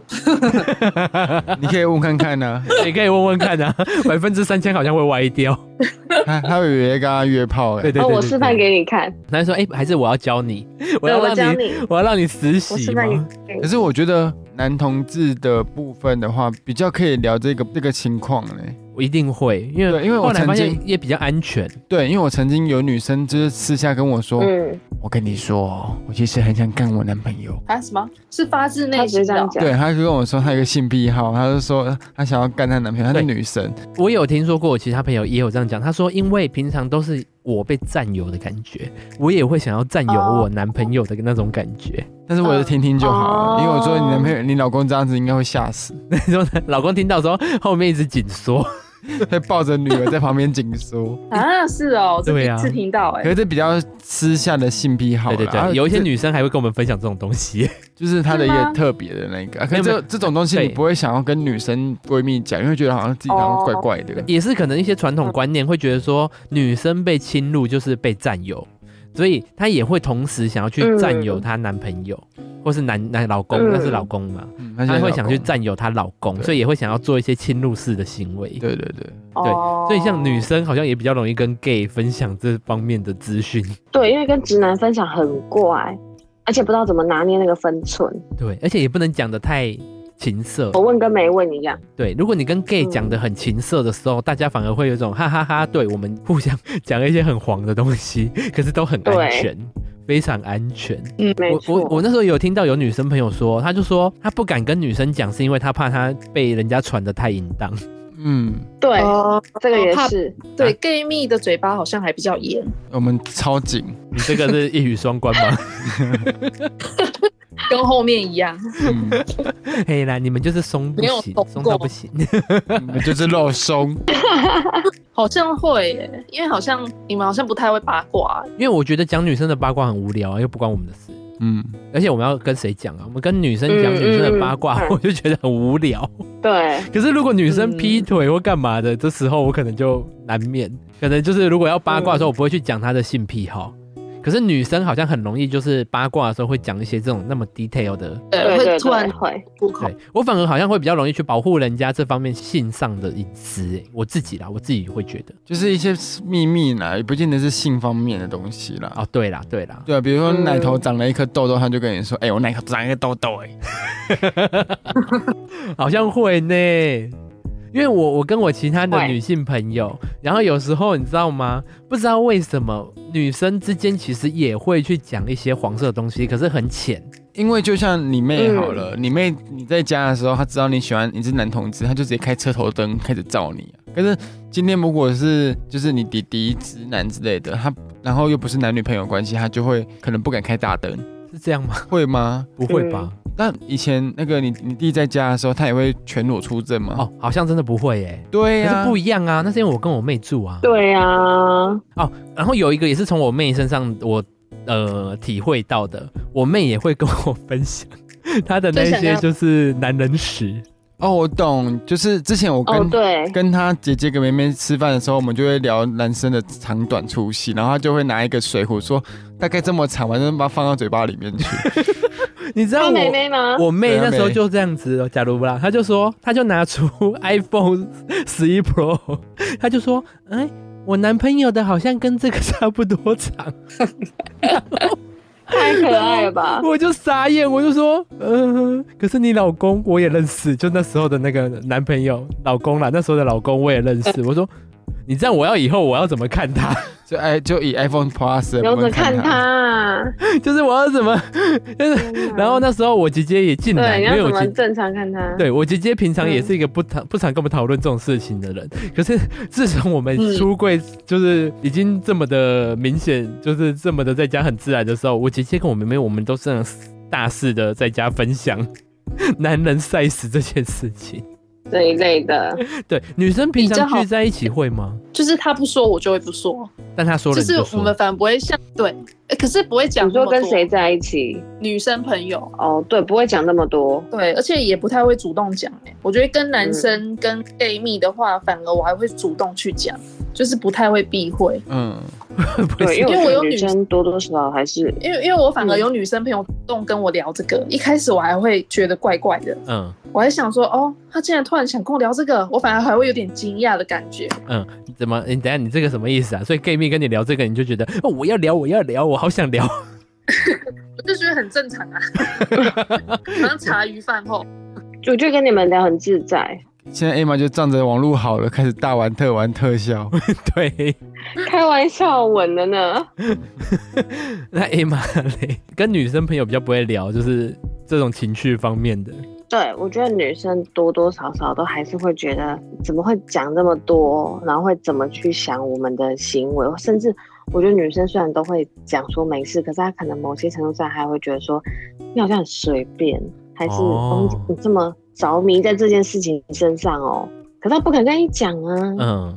S1: 你可以问看看 呢、
S2: 你可以问 问看啊，百分之三千好像会歪掉。
S1: 他他以为跟他约炮哎、
S2: 对对对
S4: 哦，
S2: 对
S4: 我示范给你看，
S2: 男生说：“哎、还是我要教你，我
S4: 对，
S2: 要
S4: 我教
S2: 让你，
S4: 你，
S2: 我要让你实
S4: 我
S2: 习
S4: 示范
S2: 吗
S4: 给你
S1: 可，是我觉得男同志的部分的话，比较可以聊这个这个情况欸嘞、？”
S2: 我一定会，因为
S1: 对因为我
S2: 后来发
S1: 曾
S2: 现也比较安全。
S1: 对，因为我曾经有女生就是私下跟我
S2: 哦
S1: 说，
S4: 嗯，
S1: 我跟你说，我其实很想干我男朋友。
S5: 啊什么？是发自
S4: 他
S5: 内
S4: 直接
S5: 心
S4: 这
S5: 的
S4: 样
S5: 哦。
S4: 讲，
S2: 啊
S1: 对，她就跟我说她有一个性癖好，她就说她想要干她男朋友，她是
S2: 对
S1: 女生，
S2: 我有听说过，我其他朋友也有这样讲，他说因为平常都是我被占有的感觉，我也会想要占有
S5: 哦
S2: 我男朋友的那种感觉。
S1: 但是我就听听就好
S2: 哦
S1: 了，
S4: 嗯
S1: 因为我说你男朋友、你老公这样子应该会吓 死，
S2: 你说老公听到之后，后面一直紧缩，
S1: 会抱着女儿在旁边紧缩。
S5: 啊，是哦，这
S2: 对啊
S5: 第一次听到
S1: 可
S5: 哎
S1: 是，这比较私下的性癖好啦，
S2: 对对
S1: 啊
S2: 对，有一些
S1: 这
S2: 女生还会跟我们分享这种东西。
S1: 就是他的一
S5: 是
S1: 个
S5: 吗
S1: 特别的那个，啊可
S2: 没
S1: 是这
S2: 有没有
S1: 这种东西你
S2: 对
S1: 不会想要跟女生闺蜜讲，因为觉得好像自己好像怪怪的。
S2: 也是可能一些传
S4: 嗯
S2: 统观念会觉得说，女生被侵入就是被占有，所以她也会同时想要去占有她男朋友，或是男男老公，
S4: 嗯
S2: 那是老公嘛，
S1: 嗯
S2: 她会想
S1: 那现在
S2: 去。
S1: 老
S2: 占有她老公，
S1: 对
S2: 所以也会想要做一些侵入式的行为
S1: 公。对对对，
S2: 对
S4: 哦
S2: 所以像女生好像也比较容易跟 gay 分享这方面的资讯，
S4: 对，因为跟直男分享很怪，而且不知道怎么拿捏那个分寸，
S2: 对，而且也不能讲的太情色
S4: 我，问跟没问一样，
S2: 对，如果你跟 gay
S4: 嗯
S2: 讲的很情色的时候，大家反而会有一种哈哈哈对我们互相讲一些很黄的东西，可是都很安
S4: 对
S2: 全，非常安全。 嗯
S4: 没
S2: 我我我
S4: 错，
S2: 那时候有听到有女生朋友说，她就说她不敢跟女生讲，是因为她怕她被人家传的太淫荡。
S1: 嗯，
S4: 对，
S5: 哦，
S4: 这个也
S5: 怕
S4: 是，
S5: 对，gay 蜜的嘴巴好像还比较严，
S1: 我们超紧，
S2: 你这个是一语双关 吗？
S5: 跟后面一样。
S1: 嗯，
S2: 嘿啦，你们就是松不
S5: 没有
S2: 行
S5: 松，
S2: 松到
S5: 过
S2: 不行。
S1: 我们就是肉松，
S5: 好像会耶，因为好像你们好像不太会八卦，
S2: 因为我觉得讲女生的八卦很无聊啊，又不关我们的事。
S1: 嗯，
S2: 而且我们要跟谁讲啊？我们跟女生讲
S4: 嗯
S2: 女生的
S4: 嗯
S2: 八卦，
S4: 嗯
S2: 我就觉得很无聊。
S4: 对，
S2: 可是如果女生劈腿或干嘛的，这时候我可能就难免，可能就是如果要八卦的时候，我不会去讲她的性癖好。可是女生好像很容易，就是八卦的时候会讲一些这种那么 detail 的，
S5: 对，
S4: 对
S5: 会
S4: 对
S5: 突然
S4: 对会，
S5: 出口
S2: 对。我反而好像会比较容易去保护人家这方面性上的隐私、欸我自己啦，我自己会觉得，
S1: 就是一些秘密啦，也不见得是性方面的东西啦。
S2: 哦，对啦，对啦，
S1: 对啊，比如说
S4: 嗯
S1: 奶头长了一颗痘痘，他就跟你说：“哎、我奶头长一个痘痘。”哎，
S2: 好像会呢，因为我我跟我其他的
S4: 会
S2: 女性朋友，然后有时候你知道吗？不知道为什么女生之间其实也会去讲一些黄色的东西，可是很浅。
S1: 因为就像你
S2: 嗯
S1: 妹好了，你妹你在家的时候，她知道你喜欢你是男同志，她就直接开车头灯开始照你、啊。可是今天如果是就是你弟弟直男之类的，他然后又不是男女朋友关系，他就会可能不敢开大灯，
S2: 是这样吗？
S1: 会吗？
S2: 不会吧？
S1: 那以前那个你你弟在家的时候，他也会全裸出阵吗？
S2: 哦，好像真的不会耶、
S1: 对
S2: 可
S1: 呀、
S2: 是不一样啊，那是因为我跟我妹住啊。
S4: 对啊，
S2: 哦，然后有一个也是从我妹身上我呃体会到的，我妹也会跟我分享 她的那
S5: 分享
S2: 些
S5: 她
S2: 就是男人史。
S1: 哦，我懂，就是之前我跟、
S4: 哦对，
S1: 跟他姐姐跟妹妹吃饭的时候，我们就会聊男生的长短粗细，然后他就会拿一个水壶说大概这么长，完了把它放到嘴巴里面去。
S2: 你知道
S4: 他
S2: 我
S4: 妹妹吗？
S2: 我妹
S1: 对啊
S2: 那时候
S1: 妹
S2: 就这样子哦，假如不啦，她就说，她就拿出 iPhone 十一 Pro，她就说，哎，我男朋友的好像跟这个差不多长，！
S4: 太可爱了吧
S2: 我就傻眼，我就说，嗯、可是你老公我也认识，就那时候的那个男朋友老公啦，那时候的老公我也认 识，我说。你这样，我要以后我要怎么看他？
S1: 就哎，就以 iPhone Plus 的
S4: 留
S1: 部分
S4: 着看
S1: 看它。
S4: 他，
S2: 就是我要怎么？就是，然后那时候我姐姐也进来，
S4: 对，你
S2: 因
S4: 要
S2: 为我
S4: 怎么
S2: 姐
S4: 正常看他？
S2: 对我姐姐平常也是一个
S5: 嗯
S2: 不常、不常跟我们讨论这种事情的人，可是自从我们
S5: 嗯
S2: 出柜就是已经这么的明显，就是这么的在家很自然的时候，我姐姐跟我妹妹我们都是很大肆的在家分享男人 size 这件事情。
S4: 这一类的，
S2: 对，女生平
S5: 比较
S2: 常
S5: 好
S2: 聚在一起会吗？
S5: 就是他不说，我就会不说，
S2: 但她说了
S5: 就
S2: 你就是说
S5: 我们反而不会像对，呃可是不会讲
S4: 你
S5: 那
S4: 说
S5: 么多
S4: 跟谁在一起？
S5: 女生朋友，
S4: 哦，对，不会讲那么多。
S5: 对，而且也不太会主动讲、欸。我觉得跟男生、跟 gay 蜜的话，反而我还会主动去讲，就是不太会避讳。
S1: 嗯，
S2: 不
S4: 对，
S2: 是
S4: 因为
S5: 因为我
S4: 我觉
S5: 有
S4: 得
S5: 女
S4: 女生多多少少还是
S5: 因为因为我反而有女生朋友主动跟我聊这个，一开始我还会觉得怪怪的，
S2: 嗯
S5: 我还想说哦，她竟然突然想跟我聊这个，我反而还会有点惊讶的感觉。
S2: 嗯，怎么？你等一下你这个什么意思啊？所以 gay 蜜跟你聊这个，你就觉得哦，我要聊，我要聊，我好想聊。
S5: 我就觉得很正常啊， 好像茶余饭后。
S4: 我就跟你们聊很自在，
S1: 现在 Emma 就仗着网络好了，开始大玩特玩特效。
S2: 对，
S4: 开玩笑稳了呢。
S2: 那 Emma 嘞，跟女生朋友比较不会聊，就是这种情绪方面的。
S4: 对，我觉得女生多多少少都还是会觉得怎么会讲这么多，然后会怎么去想我们的行为，甚至我觉得女生虽然都会讲说没事，可是她可能某些程度上还会觉得说你好像很随便，还是、
S2: 哦
S4: 哦你这么着迷在这件事情身上哦，可她不敢跟你讲啊，
S2: 嗯，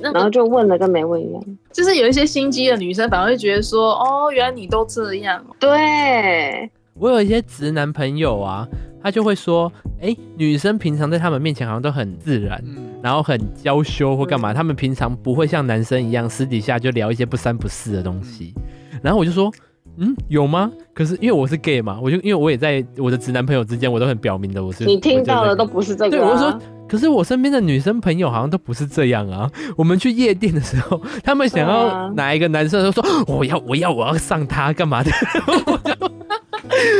S5: 那嗯
S4: 然后
S5: 个
S4: 就问了跟没问一样。
S5: 就是有一些心机的女生，反而会觉得说，哦，原来你都这样哦，
S4: 对，
S2: 我有一些直男朋友啊，他就会说，哎、女生平常在他们面前好像都很自然，
S1: 嗯，
S2: 然后很娇羞或干嘛，他们平常不会像男生一样私底下就聊一些不三不四的东西。然后我就说。嗯，有吗？可是因为我是 gay 嘛，我就因为我也在我的直男朋友之间，我都很表明的，我是
S4: 你听到
S2: 了
S4: 的都不是这个、啊。
S2: 对，我就说，可是我身边的女生朋友好像都不是这样啊。 我们去夜店的时候，他们想
S4: 对
S2: 要
S4: 啊
S2: 哪一个男生，都说哦我要我要我要上他干嘛的，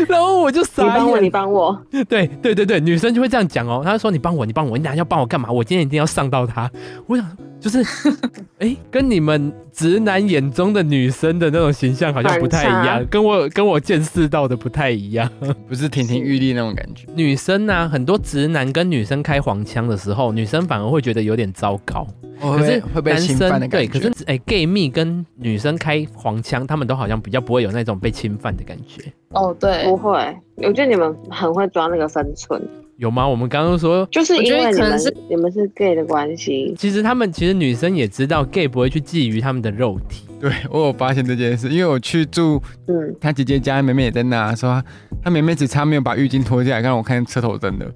S2: 然后我就
S4: 啊你
S2: 傻
S4: 帮我，你
S2: 眼。
S4: 帮我，
S2: 对对对对，女生就会这样讲哦，她就说你帮我，你帮我，你等下要帮我干嘛？我今天一定要上到他。我想就是， 哎，跟你们直男眼中的女生的那种形象好像不太一
S4: 反
S2: 样
S4: 差，
S2: 跟我跟我见识到的不太一样。
S1: 不是亭亭玉立那种感觉。
S2: 女生呢、很多直男跟女生开黄腔的时候，女生反而会觉得有点糟糕。
S1: 我
S2: 可是
S1: 哦会被
S2: 男
S1: 侵
S2: 生
S1: 犯的感
S2: 对，
S1: 觉。
S2: 可是哎、g a y 蜜跟女生开黄腔，他们都好像比较不会有那种被侵犯的感觉。
S5: 哦，对
S4: 不，会。我觉得你们很会抓那个分寸，
S2: 有吗？我们刚刚说，
S4: 就是因为
S5: 我觉得
S4: 你
S5: 可
S4: 们
S5: 能是
S4: 你们是 gay 的关系，
S2: 其实他们其实女生也知道 gay 不会去觊觎他们的肉体，
S1: 对我有发现这件事，因为我去住
S4: 嗯，
S1: 他姐姐家，妹妹也在那，说她妹妹只差没有把浴巾脱下来，让我看车头灯的，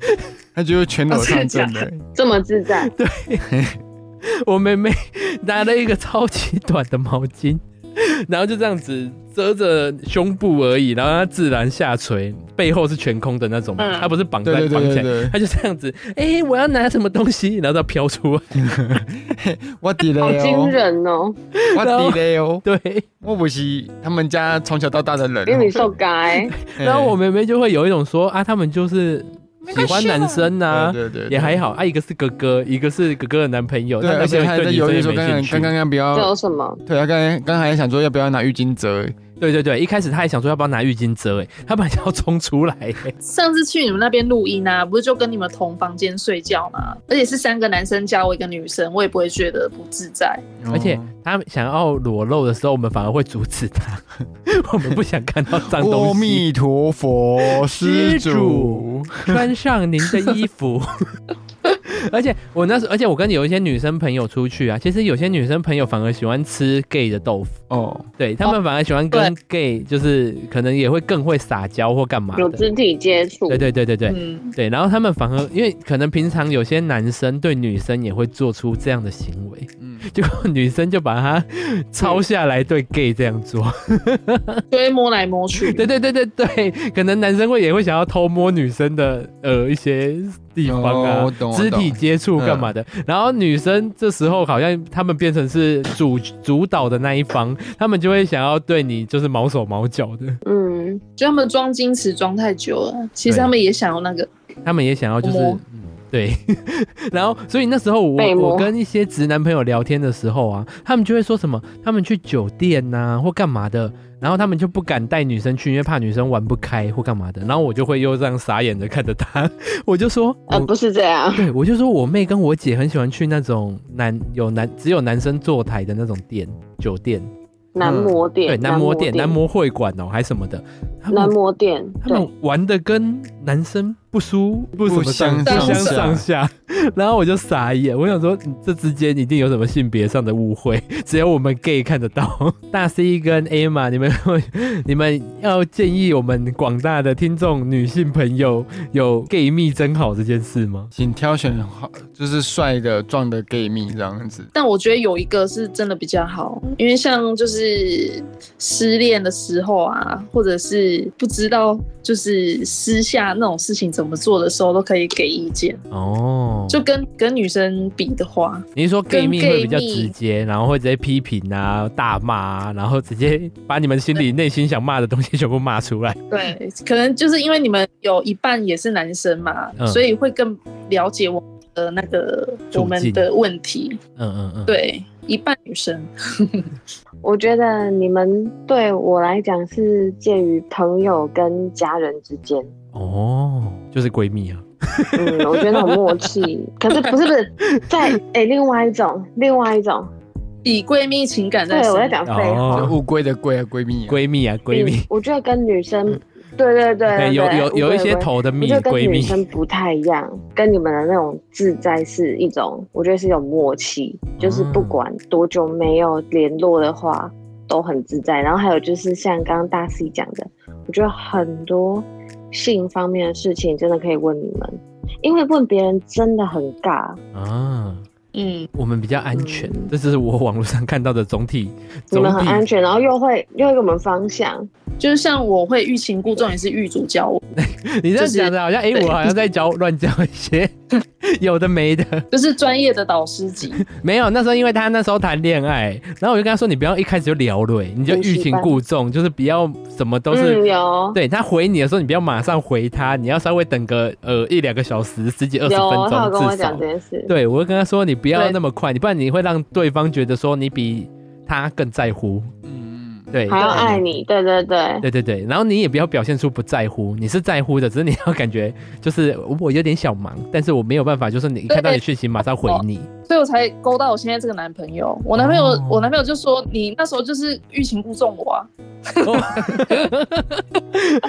S1: 她就是全裸上阵的，
S4: 这么自在，
S2: 我妹妹拿了一个超级短的毛巾， 然后就这样子遮着胸部而已，然后她自然下垂，背后是全空的那种嘛，
S5: 嗯
S2: 她不是绑
S1: 对
S2: 在
S1: 对
S2: 绑
S1: 对对
S2: 起来。
S1: 对，
S2: 她就这样子，哎、我要拿什么东西，然后她 飘出来，
S1: 我底
S4: 好
S1: 嘞
S4: 惊
S1: 哦，
S4: 人哦，
S1: 我底嘞哦，
S2: 对，
S1: 我不是他们家从小到大的人
S4: 因为你
S1: 哦，
S4: 受 该，
S2: 然后我妹妹就会有一种说啊，他们就是喜欢男生呐、
S1: 哎对对对，
S2: 啊也还好啊，一个是哥哥，一个是哥哥的男朋友，
S1: 对，
S2: 那
S1: 而
S2: 男朋
S1: 且
S2: 友
S1: 她还在
S2: 对女
S1: 犹
S2: 生
S1: 豫
S2: 也
S1: 说刚
S2: 没
S1: 刚
S2: 兴
S1: 刚
S2: 趣。
S1: 刚要不
S4: 这
S1: 要
S4: 有，什么？
S1: 对，啊她刚刚刚还想说要不要拿浴巾折，
S2: 对对对，一开始他还想说要不要拿浴巾遮，哎，他本来想要冲 出来，哎，
S5: 上次去你们那边录音啊，不是就跟你们同房间睡觉吗？而且是三个男生加我一个女生，我也不会觉得不自在。
S2: 而且
S1: 哦
S2: 他想要裸露的时候，我们反而会阻止 他，我们不想看到脏
S1: 阿
S2: 东西。
S1: 弥陀佛，施主
S2: 施主，穿上您的衣服。 而且我那时候，而且我跟有一些女生朋友出去啊，其实有些女生朋友反而喜欢吃 gay 的豆腐，
S1: 哦，
S2: 对他们反而喜欢跟 gay，就是可能也会更会撒娇或干嘛
S4: 有
S2: 的。
S4: 肢体接触，
S2: 啊对对对对对，
S5: 嗯，
S2: 对，然后他们反而因为可能平常有些男生对女生也会做出这样的行为，
S1: 嗯，
S2: 结果女生就把他抄下来对 gay 这样做。
S5: 就会摸来摸去。
S2: 对对对对对，可能男生会也会想要偷摸女生的呃一些地方啊，
S1: 哦我懂我
S2: 肢体
S1: 懂嗯
S2: 接触干嘛的。然后女生这时候好像他们变成是主主导的那一方，他们就会想要对你就是毛手毛脚的，
S4: 嗯，
S5: 就他们装矜持装太久了，其实
S2: 对
S5: 他们也想要那个。
S2: 他们也想要就是。
S5: 摸
S2: 嗯对， 然后所以那时候
S4: 被
S2: 我
S4: 摸
S2: 我跟一些直男朋友聊天的时候啊，他们就会说什么，他们去酒店呐、或干嘛的，然后他们就不敢带女生去，因为怕女生玩不开或干嘛的。然后我就会又这样傻眼的看着他， 我就说，
S4: 呃，
S2: 我
S4: 不是这样，
S2: 对我就说我妹跟我姐很喜欢去那种男有男只有男生坐台的那种店酒店，
S4: 男模
S2: 嗯
S4: 店，
S2: 对男模
S4: 模
S2: 店、男模会馆哦，还什么的，他们
S4: 男模店，
S2: 他
S4: 对
S2: 们，玩的跟男生不输不
S1: 不
S2: 什么
S1: 相
S2: 上不相
S5: 上
S2: 上下，然后我就傻眼，我想说嗯这之间一定有什么性别上的误会，只有我们 gay 看得到。大 C 跟 A 嘛，你们你们要建议我们广大的听众女性朋友有 gay 蜜真好这件事吗？
S1: 请挑选好，就是帅的、壮的 gay 蜜这样子。
S5: 但我觉得有一个是真的比较好，
S4: 嗯
S5: 因为像就是失恋的时候啊，或者是不知道就是私下那种事情怎么做的时候，都可以给意见。
S2: 哦，
S5: 就跟跟女生比的话，
S2: 你是说 gay
S5: 跟
S2: 蜜会
S5: gay
S2: 比较
S5: 蜜
S2: 直接，然后会直接批评啊、大骂啊，然后直接把你们心里内心想骂的东西全部骂出来。
S5: 对，可能就是因为你们有一半也是男生嘛，
S2: 嗯
S5: 所以会更了解我们的那个
S2: 处境
S5: 我们的问题。
S2: 嗯嗯嗯，
S5: 对，一半女生，
S4: 我觉得你们对我来讲是介于朋友跟家人之间，
S2: 哦，就是闺蜜啊。
S4: 嗯，我觉得很默契。可是不是不是，在诶、另外一种，另外一种，
S5: 比闺蜜情感
S4: 对
S5: 在
S4: 我在
S5: 深
S4: 讲废话。
S1: 就
S2: 哦
S1: 乌龟的龟啊，闺蜜、啊。
S2: 闺蜜啊，闺蜜
S4: 嗯，我觉得跟女生，对嗯对对
S2: 对，
S4: 对
S2: 有
S4: 对
S2: 有有一些
S4: 我
S2: 头的
S4: 我
S2: 蜜
S4: 觉得跟
S2: 闺
S4: 女
S2: 蜜，
S4: 生不太一样，跟你们的那种自在是一种，我觉得是一种默契，
S2: 啊
S4: 就是不管多久没有联络的话，都很自在。然后还有就是像刚刚大 C 讲的，我觉得很多性方面的事情真的可以问你们，因为问别人真的很尬。
S2: 啊，
S5: 嗯，
S2: 我们比较安全，
S4: 嗯
S2: 这就是我网络上看到的总体
S4: 你
S2: 总
S4: 们很安
S2: 体。
S4: 全，然后又会又会给我们方向，
S5: 就是像我会欲擒故纵，也是狱主教我，
S2: 你这样
S5: 就是
S2: 讲的好像，哎，
S5: 对
S2: 我好像在教乱教一些 有的没的。
S5: 就是专业的导师级。
S2: 没有，那时候因为他那时候谈恋爱，然后我就跟他说，你不要一开始就聊了，你就
S4: 补习
S2: 欲擒
S4: 班
S2: 故纵，就是不要什么都是
S4: 嗯，有
S2: 对他回你的时候，你不要马上回他，你要稍微等个呃一两个小时、十几二十分
S4: 有，他有跟
S2: 钟
S4: 我
S2: 至少
S4: 讲。这件事，
S2: 对我会跟他说，你不要
S5: 对
S2: 那么快，你不然你会让对方觉得说你比他更在乎。
S1: 嗯嗯，
S2: 对，
S4: 还要
S2: 对
S4: 爱。你，对对对，
S2: 对对对，然后你也不要表现出不在乎，你是在乎的，只是你要感觉就是我有点小忙，但是我没有办法，就是你一看到你讯息马上回你。
S5: 所以我才勾到我现在这个男朋友。我男朋友，
S2: 哦
S5: 我男朋友就说你那时候就是欲擒故纵我啊，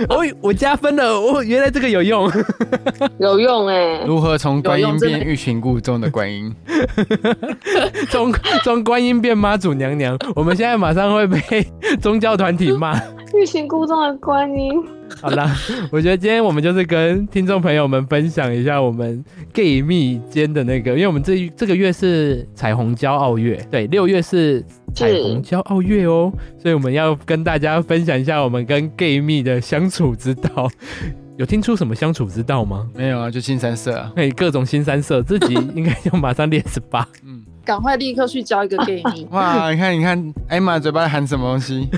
S2: 我哦我加分了，我原来这个有用。
S4: 有用哎、
S1: 嗯如何从观
S5: 有
S1: 音
S5: 用真的
S1: 变欲擒故纵的观 音？
S2: 从从观音变妈祖娘娘，我们现在马上会被宗教团体骂。
S4: 欲擒故纵的观音，
S2: 好啦，我觉得今天我们就是跟听众朋友们分享一下我们 gay 蜜间的那个，因为我们这这个月是彩虹骄傲月，对，六月是彩虹骄傲月哦，所以我们要跟大家分享一下我们跟 gay 蜜的相处之道。有听出什么相处之道吗？
S1: 没有啊，就新三色啊。
S2: 哎，各种新三色，自己应该要马上练十八。
S1: 嗯，。
S5: 赶快立刻去交一个 gay 蜜
S1: 哇，你看，你看，艾玛嘴巴含什么东西？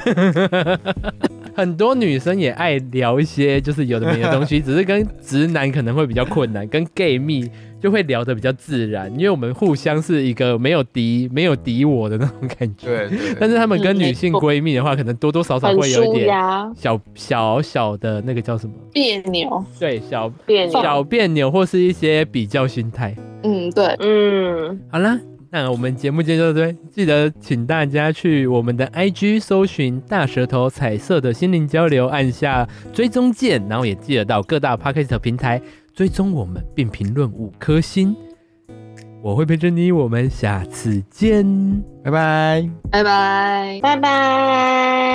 S2: 很多女生也爱聊一些就是有的没的东西，只是跟直男可能会比较困难，跟 gay 蜜就会聊得比较自然，因为我们互相是一个没有敌没有敌我的那种感觉。
S1: 对，对对
S2: 但是她们跟女性闺蜜的话，可能多多少少会有一
S4: 很舒
S2: 点
S4: 压
S2: 小小小的那个叫什么？
S5: 别扭，
S2: 对，小
S4: 别扭。
S2: 小别扭或是一些比较心态。
S5: 嗯，对，
S4: 嗯，
S2: 好啦，那我们节目就到这边，记得请大家去我们的 IG 搜寻“大舌头彩色的心灵交流”，按下追踪键，然后也记得到各大 Podcast 平台追踪我们，并评论五颗星。我会陪着你，我们下次见。
S1: 拜拜。
S5: 拜拜。
S4: 拜拜。